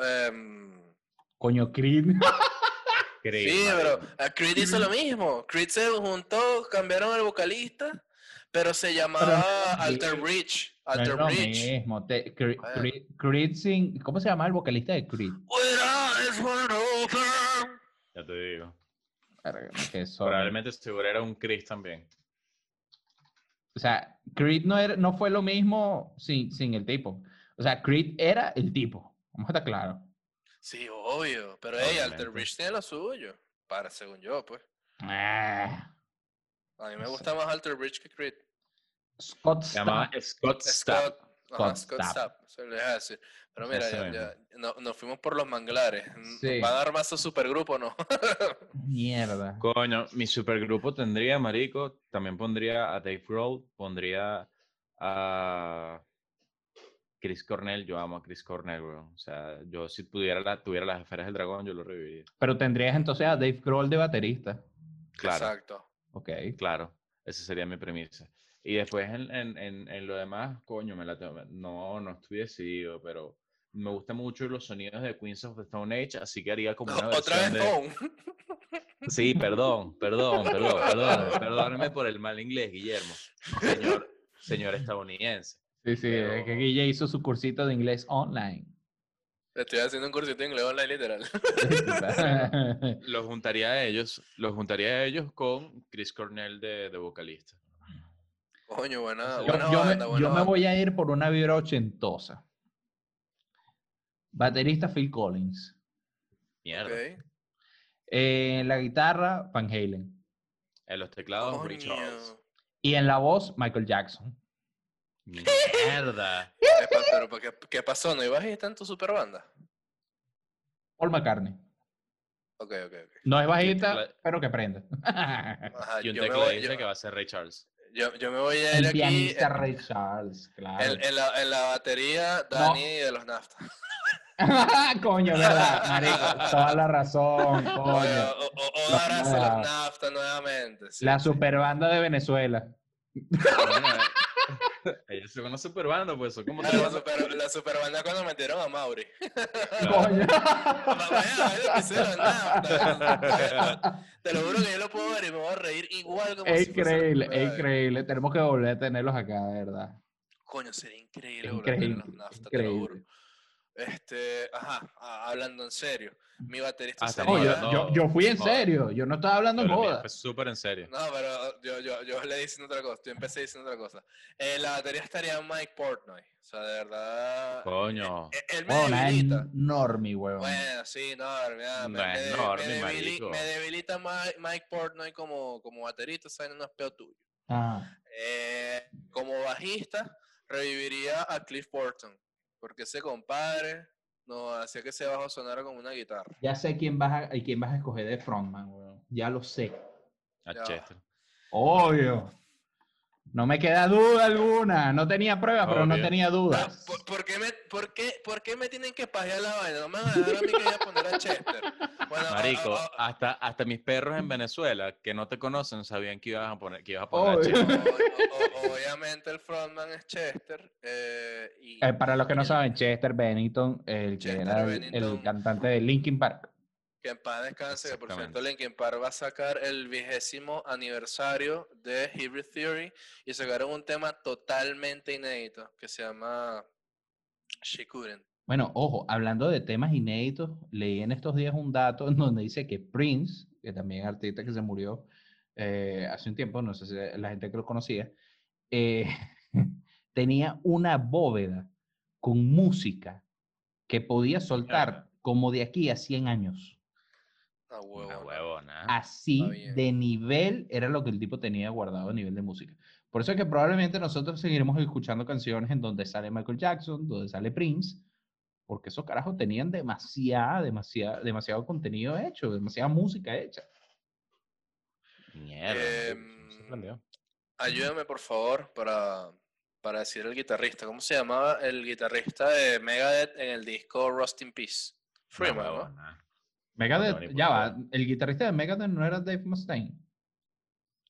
S3: em,
S2: Coño, Creed.
S1: Creep,
S3: sí, pero
S1: marico.
S3: a Creed hizo lo mismo. Creed se juntó, cambiaron el vocalista, pero se llamaba
S2: mismo.
S3: Alter Bridge.
S2: No es
S3: Alter
S2: lo
S3: Bridge.
S2: mismo. te- Cre-
S3: Bueno.
S2: Cre- Creed sin- ¿Cómo se llama el vocalista de Creed?
S3: With eyes wide open.
S1: Ya te digo.
S2: Verga, qué sorry.
S1: Probablemente seguro era un Chris también.
S2: O sea, Creed no, era- no fue lo mismo sin, sin el tipo. O sea, Creed era el tipo. Vamos a estar claros.
S3: Sí, obvio. Pero hey, Alter
S1: Obviamente.
S3: Bridge tiene lo suyo. Para, según yo, pues.
S2: Ah,
S3: A mí me
S2: No sé.
S3: gusta más Alter Bridge que Creed.
S2: Scott
S1: Se llamaba
S2: Stapp.
S1: Scott Stapp.
S3: Scott, ajá,
S2: Scott
S3: Scott
S2: Stapp.
S3: Stapp, eso le iba a decir. Pero mira,
S1: Ese
S3: ya, ya, no- nos fuimos por los manglares. N-
S2: Sí.
S3: ¿Van a armar su supergrupo o no?
S2: Mierda.
S1: Coño, mi supergrupo tendría, marico, también pondría a Dave Grohl, pondría a Chris Cornell. Yo amo a Chris Cornell, weón. O sea, yo si pudiera la- tuviera las esferas del dragón, yo lo reviviría.
S2: Pero tendrías entonces a Dave Grohl de baterista.
S1: Claro.
S3: Exacto.
S2: Ok.
S1: Claro, esa sería mi premisa. Y después en, en- en- en lo demás, coño, me la tengo- No, no estoy decidido, pero me gustan mucho los sonidos de Queens of the Stone Age, así que haría como una
S3: Otra vez
S1: versión de...
S3: con.
S1: Sí, perdón, perdón, perdón, perdón, perdóname por el mal inglés, Guillermo. Señor, señor estadounidense.
S2: Sí, sí, es que
S1: Pero-
S2: Guille hizo su cursito de inglés online.
S3: Estoy haciendo un cursito en inglés online, literal.
S1: Los juntaría a ellos, los juntaría a ellos con Chris Cornell de, de vocalista.
S3: Coño, buena,
S1: Yo-
S2: yo, yo
S3: buena
S2: me,
S3: banda,
S2: yo
S3: buena
S2: me
S3: banda.
S2: voy a ir por una vibra ochentosa. Baterista Phil Collins.
S1: Mierda.
S3: Ok.
S2: Eh, en la guitarra, Van Halen.
S1: En los teclados, Ray
S3: Coño.
S1: Charles.
S2: Y en la voz, Michael Jackson.
S1: Mierda.
S3: Epa, pero ¿por ¿qué, qué pasó? ¿No ibas a ir tanto super banda?
S2: Paul McCartney.
S3: Ok, ok, ok.
S2: No es bajita,
S1: tecla-
S2: pero que prenda.
S3: Ajá,
S1: Y un
S3: yo, me voy,
S1: tecladista
S3: yo,
S1: que va a ser Ray Charles.
S3: yo- yo me voy a ir
S2: El
S3: aquí eh, en,
S2: pianista Ray Charles, claro.
S3: en- en la, en la batería Dani de los Nafta.
S2: coño, verdad, marico, toda la razón,
S3: O, o,
S2: coño.
S3: o- o
S2: No,
S3: darás a
S2: nada.
S3: los Nafta nuevamente. sí.
S2: La superbanda de Venezuela.
S3: eh.
S1: Ellos son unos superbandos, pues son como
S3: La,
S1: tres bandas.
S3: super, la superbanda cuando metieron a Mauri.
S2: Coño.
S3: Mamá, vaya, vaya, que sea los Nafta. Te lo juro que yo lo puedo ver y me voy a reír igual como
S2: Es
S3: si fuese la
S2: increíble,
S3: primera
S2: es
S3: vez.
S2: increíble. Tenemos que volver a tenerlos acá, de verdad.
S3: Coño, sería increíble volver a ver
S2: Increíble.
S3: los Nafta, te lo juro.
S2: increíble.
S3: Este, ajá, a- hablando en serio, mi baterista
S1: Ah,
S3: sería...
S2: No,
S1: No,
S2: yo,
S1: no,
S2: yo- yo fui en
S1: no.
S2: serio, yo no estaba hablando en
S1: Pero mira,
S2: joda.
S3: pues,
S1: fue súper en serio.
S3: No, pero yo, yo, yo le diciendo otra cosa, yo empecé diciendo otra cosa. Eh, la batería estaría Mike Portnoy, o sea, de verdad...
S1: Coño.
S3: eh, Él me
S2: Huevón, es
S3: debilita.
S2: enorme, weón.
S3: Bueno, sí, no, mira, me,
S1: No,
S3: me de- me
S1: enorme,
S3: debili-
S1: marico.
S3: me debilita Mi- Mike Portnoy como, como baterista, ¿saben? No es peo tuyo.
S2: Ah,
S3: Eh, como bajista, reviviría a Cliff Burton, porque ese compadre nos hacía que ese bajo sonara como una guitarra.
S2: ya sé quién vas a, y quién vas a escoger de frontman, weón. Ya lo sé.
S1: A
S3: Ya.
S1: Chester.
S2: Obvio. No me queda duda alguna. No tenía pruebas, pero no
S1: Obvio.
S2: tenía dudas.
S3: ¿Por, por qué me, por, qué, ¿Por qué me tienen que pajear la vaina? No me van a dejar a mí que voy a poner a Chester. Bueno, a-
S1: Marico,
S3: a- a-
S1: hasta, hasta mis perros en Venezuela que no te conocen sabían que ibas a poner, que ibas a
S2: Obvio.
S1: poner a Chester.
S3: o- o- obviamente el frontman es Chester. eh, y
S2: Eh, para los que no saben, Chester Bennington, el que
S3: Chester
S2: era el- el,
S3: Bennington.
S2: cantante de Linkin Park.
S3: que en paz descanse, que por cierto
S1: Exactamente.
S3: Linkin Park va a sacar el vigésimo aniversario de Hybrid Theory y sacaron un tema totalmente inédito que se llama She Couldn't.
S2: Bueno, ojo, hablando de temas inéditos, leí en estos días un dato en donde dice que Prince, que también es artista que se murió eh, hace un tiempo, no sé si la gente que lo conocía, eh, tenía una bóveda con música que podía soltar como de aquí a 100 años.
S3: Ah, huevo,
S1: Una
S3: ¿no?
S2: Ah,
S1: huevona.
S2: Así
S3: bien.
S2: de nivel era lo que el tipo tenía guardado a nivel de música. Por eso es que probablemente nosotros seguiremos escuchando canciones en donde sale Michael Jackson, donde sale Prince, porque esos carajos tenían demasiada, demasiada, demasiado contenido hecho, demasiada música hecha.
S1: Mierda. marico, se
S3: Em,
S1: sorprendió.
S3: Ayúdame, por favor, para, para decir el guitarrista. ¿Cómo se llamaba el guitarrista de Megadeth en el disco Rust in Peace?
S1: Una
S3: Freeman, ¿no?
S1: huevona.
S2: Megadeth,
S1: ni
S2: ya
S1: puta
S2: va, el guitarrista de Megadeth no era Dave Mustaine.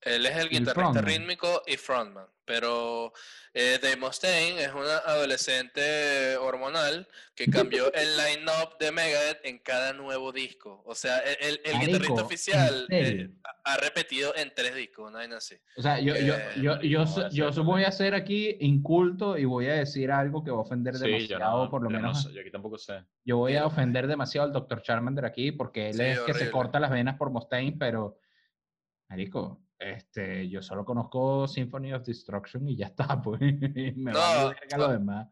S3: Él es el
S2: Y el
S3: guitarrista
S2: frontman.
S3: rítmico y frontman. Pero eh, Dave Mustaine es una adolescente hormonal que cambió el line-up de Megadeth en cada nuevo disco. O sea, el, el- el
S2: Marico,
S3: guitarrista
S2: ¿en
S3: oficial eh,
S2: serio?
S3: ha repetido en tres discos, una vaina así.
S2: O sea, yo, yo,
S3: Eh,
S2: yo, yo,
S1: no,
S2: so-
S1: ese
S2: yo
S1: es
S2: so-
S1: el
S2: voy a ser aquí inculto y voy a decir algo que va a ofender
S1: Sí, yo
S2: demasiado,
S1: no,
S2: por lo
S1: yo no
S2: menos.
S1: sé, yo aquí tampoco sé.
S2: Yo voy a
S3: Pero-
S2: ofender demasiado al Dr. Charmander aquí porque él
S3: Sí,
S2: es que se
S3: horrible.
S2: corta las venas por Mustaine, pero marico, este, yo solo conozco Symphony of Destruction y ya está, pues. Me
S3: No,
S2: vale verga lo
S3: no.
S2: demás.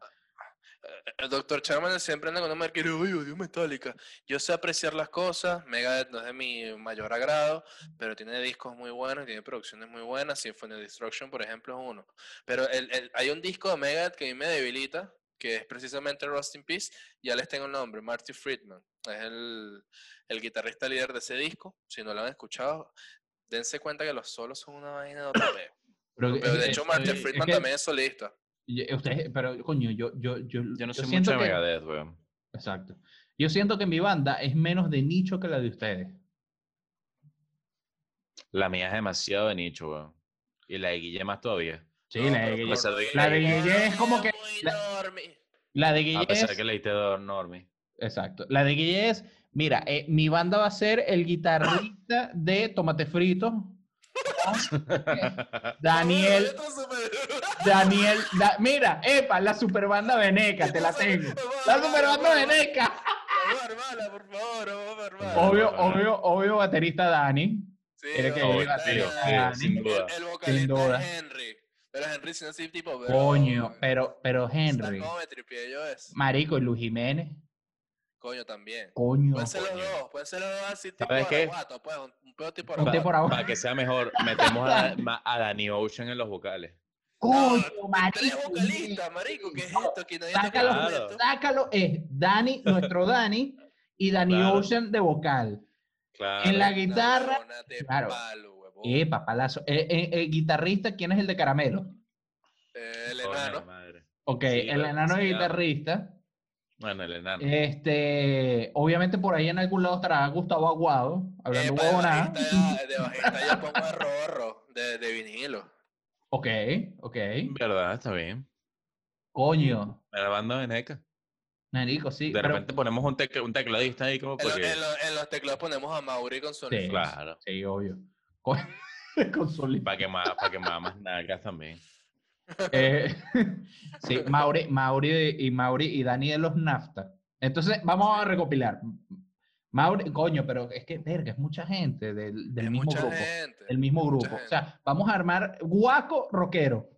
S3: El doctor Charmander siempre anda con una marquera, oye, odio Metallica. Yo sé apreciar las cosas, Megadeth no es de mi mayor agrado, pero tiene discos muy buenos, tiene producciones muy buenas, Symphony of Destruction, por ejemplo, es uno. Pero el- el- hay un disco de Megadeth que a mí me debilita, que es precisamente Rust in Peace, ya les tengo el nombre, Marty Friedman. Es el, el guitarrista líder de ese disco, si no lo han escuchado, dense cuenta que los solos son una vaina de otro peo.
S2: Pero,
S3: Pero
S2: es-
S3: de hecho,
S2: es-
S3: Marty
S2: es
S3: Friedman
S2: que-
S3: también es solista.
S2: y- ustedes- pero coño, yo, yo, yo,
S1: Yo no
S2: yo
S1: sé mucho
S2: siento
S1: de
S2: que-
S1: Megadeth, weón.
S2: Exacto. Yo siento que mi banda es menos de nicho que la de ustedes.
S1: La mía es demasiado de nicho, weón. Y la de Guille más todavía.
S2: Sí,
S3: No,
S2: la,
S3: pero
S2: de Guille,
S1: por-
S3: Cornell
S1: la de
S3: es
S2: Guille es como que-
S3: muy
S2: la-
S3: enorme.
S2: la de
S1: A
S2: Guille
S1: pesar
S2: es-
S1: que le diste dos Normie.
S2: Exacto. La de Guille es, mira, eh, mi banda va a ser el guitarrista de Tomate Frito. Daniel, Daniel, Da- mira, epa, la superbanda Veneca, te la tengo. La superbanda Veneca.
S3: Hermana, por favor, vamos, hermana.
S2: Obvio, obvio, obvio, baterista Dani.
S3: Sí,
S2: tiene que
S3: vamos,
S1: obvio,
S3: hermana.
S1: tío,
S2: sí, sin
S3: El-
S1: duda.
S3: El vocalista
S2: duda.
S3: es Henry. Pero Henry si no así tipo. pero-
S2: Coño, pero, pero Henry,
S3: ¿Sabes cómo me tripié yo eso?
S2: Marico y Luis Jiménez.
S3: Coño, también.
S2: Coño.
S3: Pueden ser los
S1: coño.
S3: dos, pueden ser los dos así tipo
S1: ¿Sabes qué?
S3: araguato, pues, un, un pedo tipo
S2: Ponte
S3: araguato.
S2: por ahora.
S1: Para que sea mejor, metemos a, ma- a Danny Ocean en los vocales.
S3: No,
S2: Coño,
S3: Tres
S2: marico.
S3: vocalistas, marico, ¿qué es
S2: No,
S3: esto? Que nadie toca
S2: Sácalo,
S3: instrumento.
S2: sácalo, es Dani, nuestro Dani, y Dani
S1: Claro.
S2: Ocean de vocal.
S1: Claro.
S2: En la
S3: Una
S2: guitarra,
S3: lona de
S2: claro.
S3: palo, huevón.
S2: eh, papalazo. Eh, eh, eh, guitarrista, ¿quién es el de caramelo?
S3: Eh, El
S1: Coño,
S3: enano.
S1: madre.
S2: Ok,
S1: Sí,
S2: el
S1: claro,
S2: enano
S1: sí,
S2: es
S1: claro.
S2: guitarrista.
S1: Bueno, el
S2: Eh,
S1: enano.
S2: Este, obviamente por ahí en algún lado estará Gustavo Aguado, hablando
S3: Epa, de
S2: huevonada.
S3: bajista ya- de bajista ya pongo a Rorro de, de vinilo.
S2: Ok, ok.
S1: ¿Verdad? Está bien.
S2: Coño,
S1: La banda veneca.
S2: marico,
S1: de
S2: sí. pero-
S1: repente ponemos un, tec- un tecladista ahí como
S3: En, lo-
S1: porque...
S3: en lo- en los teclados ponemos a Mauri con su
S2: Sí.
S1: Claro.
S2: Sí, obvio. Con, con su li-
S1: Para que más, para que más, más nalgas también.
S2: Eh, sí, Mauri, Mauri de- y Mauri y Dani de los NAFTA. Entonces, vamos a recopilar. Mauri, coño, pero es que, verga, es mucha gente del, del
S3: Es
S2: mismo
S3: mucha
S2: grupo.
S3: gente.
S2: Del mismo
S3: mucha
S2: grupo. O sea, vamos a armar guaco rockero.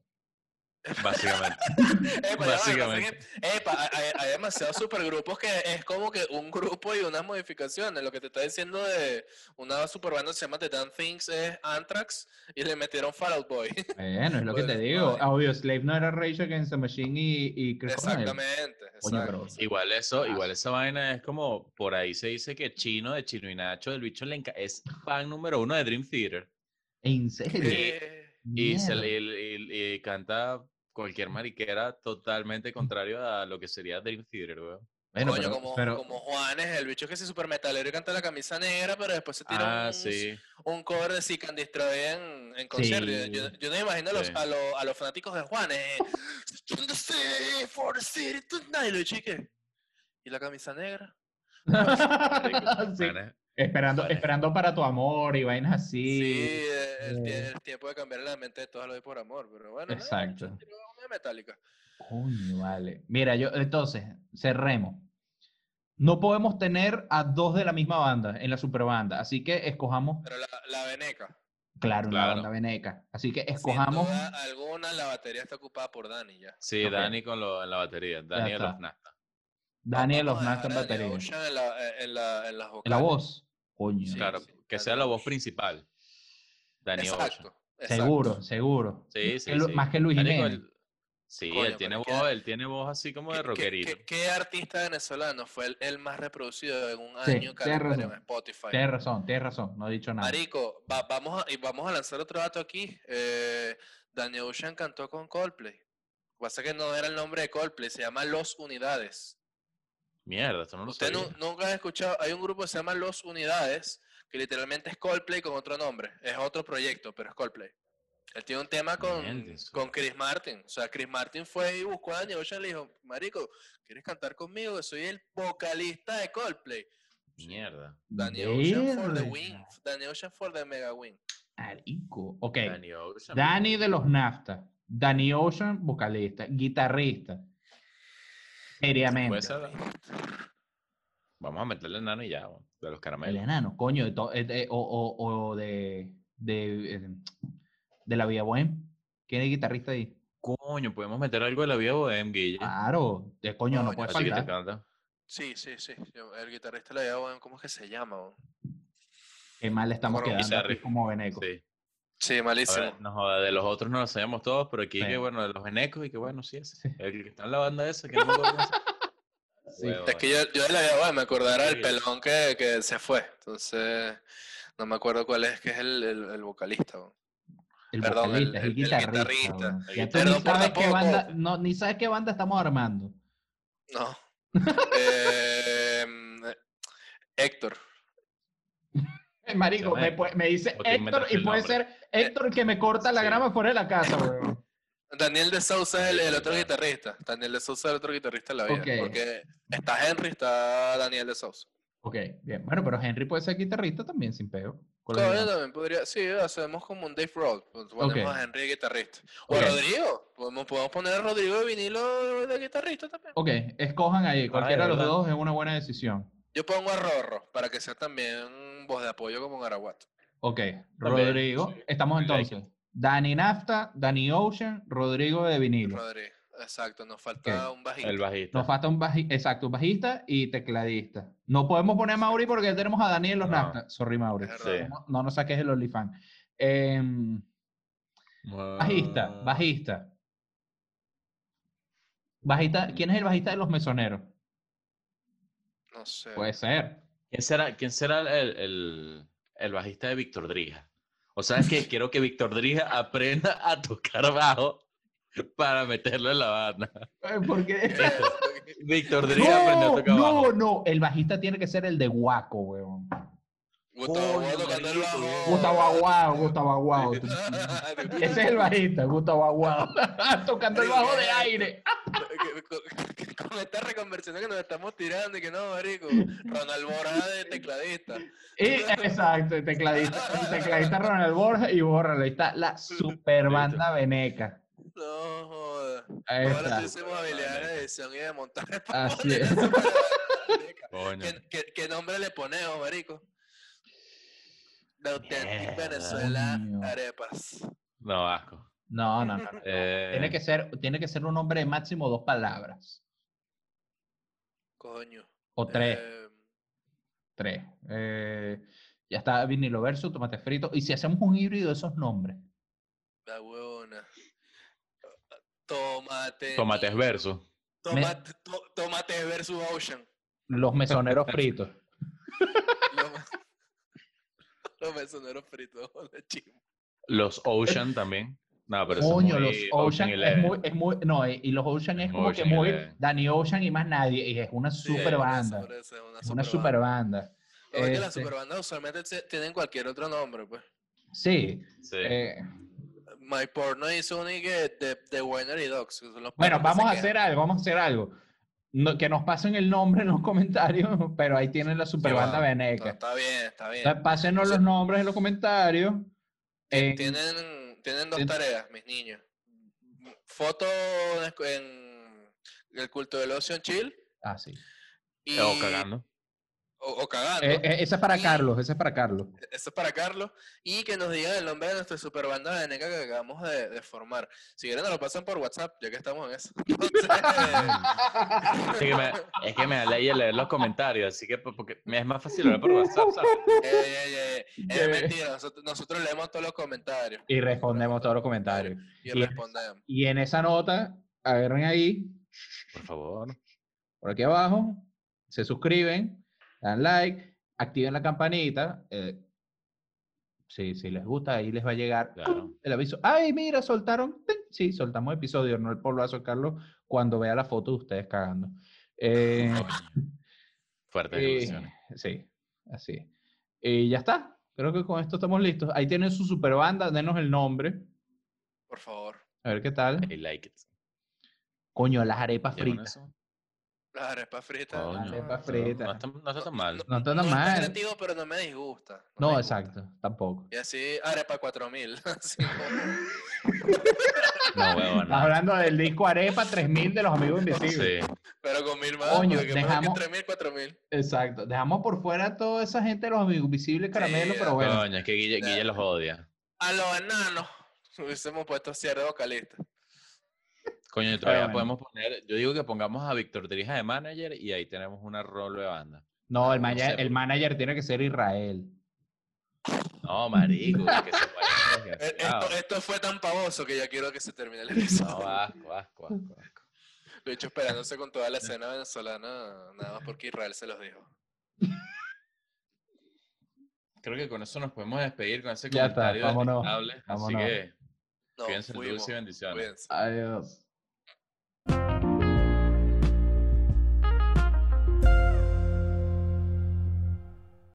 S1: Básicamente.
S3: Epa, ya va,
S1: Básicamente.
S3: pasa que- epa, hay, hay- hay demasiados supergrupos que es como que un grupo y unas modificaciones. Lo que te está diciendo de una superbanda que se llama The Dan Things es Anthrax y le metieron Fall Out Boy.
S2: Bueno, es lo que te
S3: Bueno,
S2: digo.
S3: vale.
S2: Obvio, Slave no era Rage Against the Machine y, y Chris Cornell.
S3: Exactamente.
S2: Coño,
S3: exacto.
S2: pero-
S1: Igual eso, igual
S2: Ah.
S1: esa vaina es como, por ahí se dice que Chino, de Chino y Nacho, del bicho le enca- es fan número uno de Dream Theater.
S2: En serio.
S3: Eh,
S1: Y, se
S2: Mierda.
S1: le, y- y- y canta cualquier mariquera totalmente contrario a lo que sería Dream Theater, weón.
S2: Bueno,
S3: coño,
S2: pero-
S3: como,
S2: pero-
S3: como Juanes, el bicho que se super metalero y canta la camisa negra, pero después se
S1: Ah,
S3: tira un,
S1: sí.
S3: un cover de Seek and Destroy en, en concierto. Yo- Yo,
S2: Sí.
S3: yo no me imagino a los,
S1: Sí.
S3: a, los, a los fanáticos de Juanes. eh, "Seek and Destroy for the city tonight", y los chiques, ¿Y la camisa negra?
S1: marico,
S2: Sí,
S1: vaina-
S2: Esperando,
S1: vale.
S2: esperando para tu amor y vainas así.
S3: Sí, eh, el, tie-
S2: eh.
S3: el tiempo de cambiar la mente de todos los de por amor, pero bueno. nada,
S2: Exacto.
S3: yo tiro una metálica.
S2: Coño, vale. Mira, yo entonces, cerremos. No podemos tener a dos de la misma banda en la superbanda, así que escojamos,
S3: Pero la, la veneca.
S2: claro, una
S1: Claro.
S2: banda veneca. Así que
S3: sin
S2: escojamos,
S3: duda alguna, la batería está ocupada por Dani ya.
S1: Sí,
S2: Ok.
S1: Dani con lo, en la batería, Dani de
S2: está.
S1: los Nasta.
S2: Daniel
S3: Vamos
S2: los
S3: a
S2: Nasty en
S3: dejar a Danny
S2: batería. En
S3: Ocean En la, en la, en las
S2: la
S3: vocales.
S2: voz, coño.
S3: Sí,
S1: Claro,
S3: sí,
S1: que
S3: Dani
S1: sea la voz
S3: Ocean.
S1: principal. Dani Ocean.
S3: Exacto. exacto.
S2: Seguro, seguro.
S1: Sí,
S2: Más
S1: sí,
S2: que Lu-
S1: sí.
S2: Más que Luis
S1: Marico,
S2: Jiménez.
S1: él- sí,
S3: Coño,
S1: él tiene
S3: pero
S1: voz,
S3: qué-
S1: él tiene voz así como de
S3: ¿Qué- qué-
S1: rockerito.
S3: qué, qué artista venezolano fue el, el más reproducido en un
S2: Sí, tienes
S3: año Caracol, en
S2: razón.
S3: Spotify?
S2: Tienes razón, tienes razón, no he dicho nada.
S3: Marico, va- vamos a, y vamos a lanzar otro dato aquí. Eh, Daniel Ocean cantó con Coldplay. Lo que pasa es que no era el nombre de Coldplay, se llama Los Unidades.
S1: Mierda, esto no lo
S3: Usted
S1: sabía.
S3: nu- nunca ha escuchado, hay un grupo que se llama Los Unidades, que literalmente es Coldplay con otro nombre. Es otro proyecto, pero es Coldplay. Él tiene un tema con,
S1: Mierda,
S3: con Chris Martin. O sea, Chris Martin fue y buscó a Daniel Ocean y le dijo, Marico, ¿quieres cantar conmigo? Soy el vocalista de Coldplay.
S1: Mierda.
S3: Daniel Ocean for the
S2: Verga,
S3: win. Daniel Ocean for the mega win.
S2: marico. Ok.
S1: Danny Ocean.
S2: Dani
S1: marico.
S2: de los NAFTA. Danny Ocean, vocalista, guitarrista.
S1: Puede
S2: Seriamente.
S1: ser. Vamos a meterle enano y ya, weón, de los
S2: El
S1: caramelos.
S2: enano, coño, de to- eh, de- o, o- o de, de, eh, de la Vía Buen. ¿Quién es guitarrista ahí?
S1: Coño, podemos meter algo de la vida bohem, Guille.
S2: Claro, de coño, no
S3: Coño,
S2: Ah, puede
S1: Así que te
S2: faltar.
S1: canta.
S3: Sí, sí, sí. yo- El guitarrista le llamo, ¿cómo es que se llama? weón?
S2: Qué mal estamos
S3: Bueno,
S2: quedando aquí
S1: guitarrista,
S2: como veneco.
S1: Sí.
S3: Sí,
S1: A
S3: malísimo.
S1: ver, no joda, de los otros no lo sabemos todos, pero aquí
S2: Sí.
S1: que bueno, de los venecos y que bueno, sí, ese.
S2: Sí.
S1: El que está en la banda esa, que no me acuerdo cómo se-
S2: Sí.
S1: Huevón.
S3: Es que yo, yo de la vida, bueno, me acordara del
S1: Sí.
S3: pelón que, que se fue. Entonces, no me acuerdo cuál es que es el, el- el vocalista. weón.
S2: El
S3: Perdón, el-
S2: vocalista, es el,
S3: el- el
S2: guitarrista.
S1: El
S2: weón.
S3: guitarrista.
S2: Ya tú ni
S3: guitarrista. Perdón por
S2: sabes qué
S3: tampoco.
S2: banda, no, ni sabes qué banda estamos armando.
S3: No. Em, Héctor.
S2: Marico,
S1: llama
S2: me,
S1: Héctor.
S2: pue- me dice
S1: O te
S2: Héctor
S1: inventaste
S2: y
S1: el
S2: puede
S1: nombre.
S2: ser Héctor que me corta la
S1: sí.
S2: grama fuera de la casa, weón.
S3: Daniel de Sousa es el,
S1: Sí,
S3: el otro
S1: claro.
S3: guitarrista. Daniel de Sousa es el otro guitarrista de la vida.
S2: Ok.
S3: Porque está Henry, está Daniel de Sousa.
S2: Ok, bien. Bueno, pero Henry puede ser guitarrista también sin peo. con la
S3: Coño,
S2: edad.
S3: también podría, sí, hacemos como un Dave Roll. Ponemos
S2: Ok.
S3: a Henry de guitarrista. O a
S2: Ok.
S3: Rodrigo. Podemos, podemos poner a Rodrigo de vinilo de guitarrista también.
S2: Ok, escojan ahí. Cualquiera de los
S1: ¿verdad?
S2: dos es una buena decisión.
S3: Yo pongo a Rorro para que sea también voz de apoyo como en Araguato.
S2: Ok, Rodrigo.
S1: sí.
S2: Estamos
S1: I like it.
S2: entonces. Dani Nafta, Dani Ocean, Rodrigo de vinilo.
S3: Rodri, exacto, nos falta un bajista.
S1: El bajista.
S2: Nos falta un bajista, exacto, un bajista y tecladista. No podemos poner a Mauri porque ya tenemos a Dani en los
S1: No.
S2: Nafta. Sorry, Mauri.
S3: Es
S1: Sí.
S3: verdad.
S2: No, no nos saques el OnlyFans. Em, Bajista,
S1: Ah.
S2: bajista. Bajista, ¿quién es el bajista de los mesoneros?
S3: No sé.
S2: Puede ser.
S1: ¿Quién será, quién será el, el- el bajista de Víctor Drija? O sea, es que quiero que Víctor Drija aprenda a tocar bajo para meterlo en la banda.
S2: ¿Por qué?
S1: Víctor Drija aprendió a
S2: No,
S1: tocar bajo.
S2: no, no. El bajista tiene que ser el de Guaco, weón.
S3: Gustavo
S1: Coño,
S3: Aguado tocando el
S1: marico,
S3: bajo.
S2: Gustavo Aguado, Gustavo Aguado. Ese es el bajista, Gustavo Aguado. Tocando el bajo de aire.
S3: Con- Con esta reconversión que nos estamos tirando y que no, marico. Ronald Borja de tecladista.
S2: Y, exacto, el tecladista, el tecladista Ronald Borja y Borra. Ahí está la super banda veneca.
S3: No joda.
S2: Ahí
S3: Ahora
S2: está.
S3: sí hicimos habilidades de edición y de montaje. para
S2: Así
S3: poner
S2: es.
S3: eso para la biblioteca.
S1: Coño.
S3: ¿Qué, qué, qué nombre le ponemos, marico? De auténtica
S1: Mierda.
S3: Venezuela
S2: Coño.
S3: arepas.
S1: No, asco.
S2: No, no, no. no.
S1: Eh,
S2: Tiene que ser, tiene que ser un hombre de máximo dos palabras.
S3: Coño.
S2: O tres,
S3: Eh,
S2: tres. Eh, ya está vinilo verso, tomate frito. Y si hacemos un híbrido de esos nombres.
S3: la huevona. Tomate.
S1: Tomates verso.
S3: Tomate, to- tomate versus Ocean.
S2: Los mesoneros fritos.
S3: Los me- Los mesoneros fritos. la chimba.
S1: Los Ocean también. No, pero eso es
S2: Coño,
S1: muy
S2: los Ocean, es
S1: Eleven.
S2: muy, es muy, no, eh, y y los Ocean es
S1: Es
S2: como
S1: Ocean
S2: que muy
S1: Eleven.
S2: Danny Ocean y más nadie, y es una
S3: Sí,
S2: super
S3: por
S2: banda,
S3: eso, por eso, una
S2: es una super banda.
S3: Lo que pasa es que las
S2: Este,
S3: superbandas usualmente se- tienen cualquier otro nombre, pues.
S2: Sí,
S1: Sí.
S2: eh,
S3: My Porno hizo un que de, de Winery Dogs. que son los
S2: bueno,
S3: perros que
S2: vamos
S3: se
S2: a
S3: quejan.
S2: hacer algo, vamos a hacer algo. No- que nos pasen el nombre en los comentarios, pero ahí tienen la super
S3: Sí,
S2: banda
S3: bueno,
S2: veneca.
S3: Está, está bien, está bien.
S2: Entonces, pásenos los
S3: Entonces-
S2: nombres en los comentarios.
S3: Tien-
S2: en-
S3: Eh, tienen, tienen dos
S2: Eh, tien-
S3: tareas, mis niños. Foto en, en el culto del ocio en Chill.
S2: ah, sí.
S3: Y,
S1: O Oh, cagando.
S3: O, o cagando.
S2: Eh, eh, esa es para
S3: Y-
S2: Carlos, esa es para Carlos.
S3: Eso es para Carlos. Y que nos digan el nombre de nuestra super banda veneca que acabamos de, de formar. Si quieren, nos lo pasan por WhatsApp, ya que estamos en eso. Entonces,
S1: Es que me, es que me da ley leer los comentarios, así que po- porque me es más fácil hablar por WhatsApp, ¿sabes?
S3: eh, eh, eh, eh,
S2: Eh.
S3: es mentira. Nosotros, nosotros leemos todos los comentarios
S2: Y respondemos todos los comentarios.
S3: y
S2: Y-
S3: respondemos.
S2: Y en esa nota, agarren ahí,
S1: Por favor.
S2: por aquí abajo, se suscriben, dan like, activen la campanita. eh, si, si les gusta, ahí les va a llegar
S1: Claro.
S2: el aviso. ¡Ay, mira, soltaron! ¡Ting! Sí, soltamos episodio, no el polvazo, Carlos, cuando vea la foto de ustedes cagando. Eh,
S1: Coño. Fuertes
S2: eh,
S1: ilusiones.
S2: sí, así es. Y ya está. Creo que con esto estamos listos. Ahí tienen su super banda, denos el nombre.
S3: Por favor.
S2: A ver qué tal.
S1: I like it.
S2: Coño, las arepas
S1: ¿Ya con
S2: fritas.
S1: eso?
S3: Las arepas fritas.
S1: Coño,
S2: arepas
S1: pero no
S2: fritas.
S1: está- No está tan mal.
S2: No está tan
S3: no
S2: mal.
S3: Es creativo, pero no me disgusta. me
S2: No,
S3: disgusta.
S2: exacto, tampoco.
S3: Y así, arepa 4000. así como-
S1: No, huevón.
S2: Estás hablando del disco Arepa 3000 de los Amigos Invisibles.
S1: Sí.
S3: pero con mil más.
S2: Coño,
S3: porque mejor
S2: dejamos-
S3: que 3000, 4000.
S2: Exacto. Dejamos por fuera a toda esa gente de los Amigos Invisibles Caramelo,
S3: Sí,
S2: pero bueno.
S1: Coño, es que Guille, Guille los odia.
S3: A los enanos. Hubiésemos puesto cierre vocalista.
S1: Coño, todavía
S2: bueno.
S1: podemos poner. Yo digo que pongamos a Víctor Drija de manager y ahí tenemos una rol de banda.
S2: No, el,
S1: no
S2: manager,
S1: sé,
S2: el manager tiene que ser Israel.
S1: No, marico, que se vayan los
S3: Eh,
S1: desgraciados.
S3: Esto, esto fue tan pavoso que ya quiero que se termine el episodio.
S1: No, asco, asco, asco. asco.
S3: Lo he hecho esperándose con toda la escena venezolana, nada más porque Israel se los dijo.
S1: Creo que con eso nos podemos despedir con ese
S2: Ya está,
S1: comentario
S2: vámonos,
S1: detestable,
S2: vámonos.
S1: Así que
S3: No,
S1: cuídense, dulce y
S3: fuimos,
S1: bendiciones.
S3: cuídense.
S2: Adiós.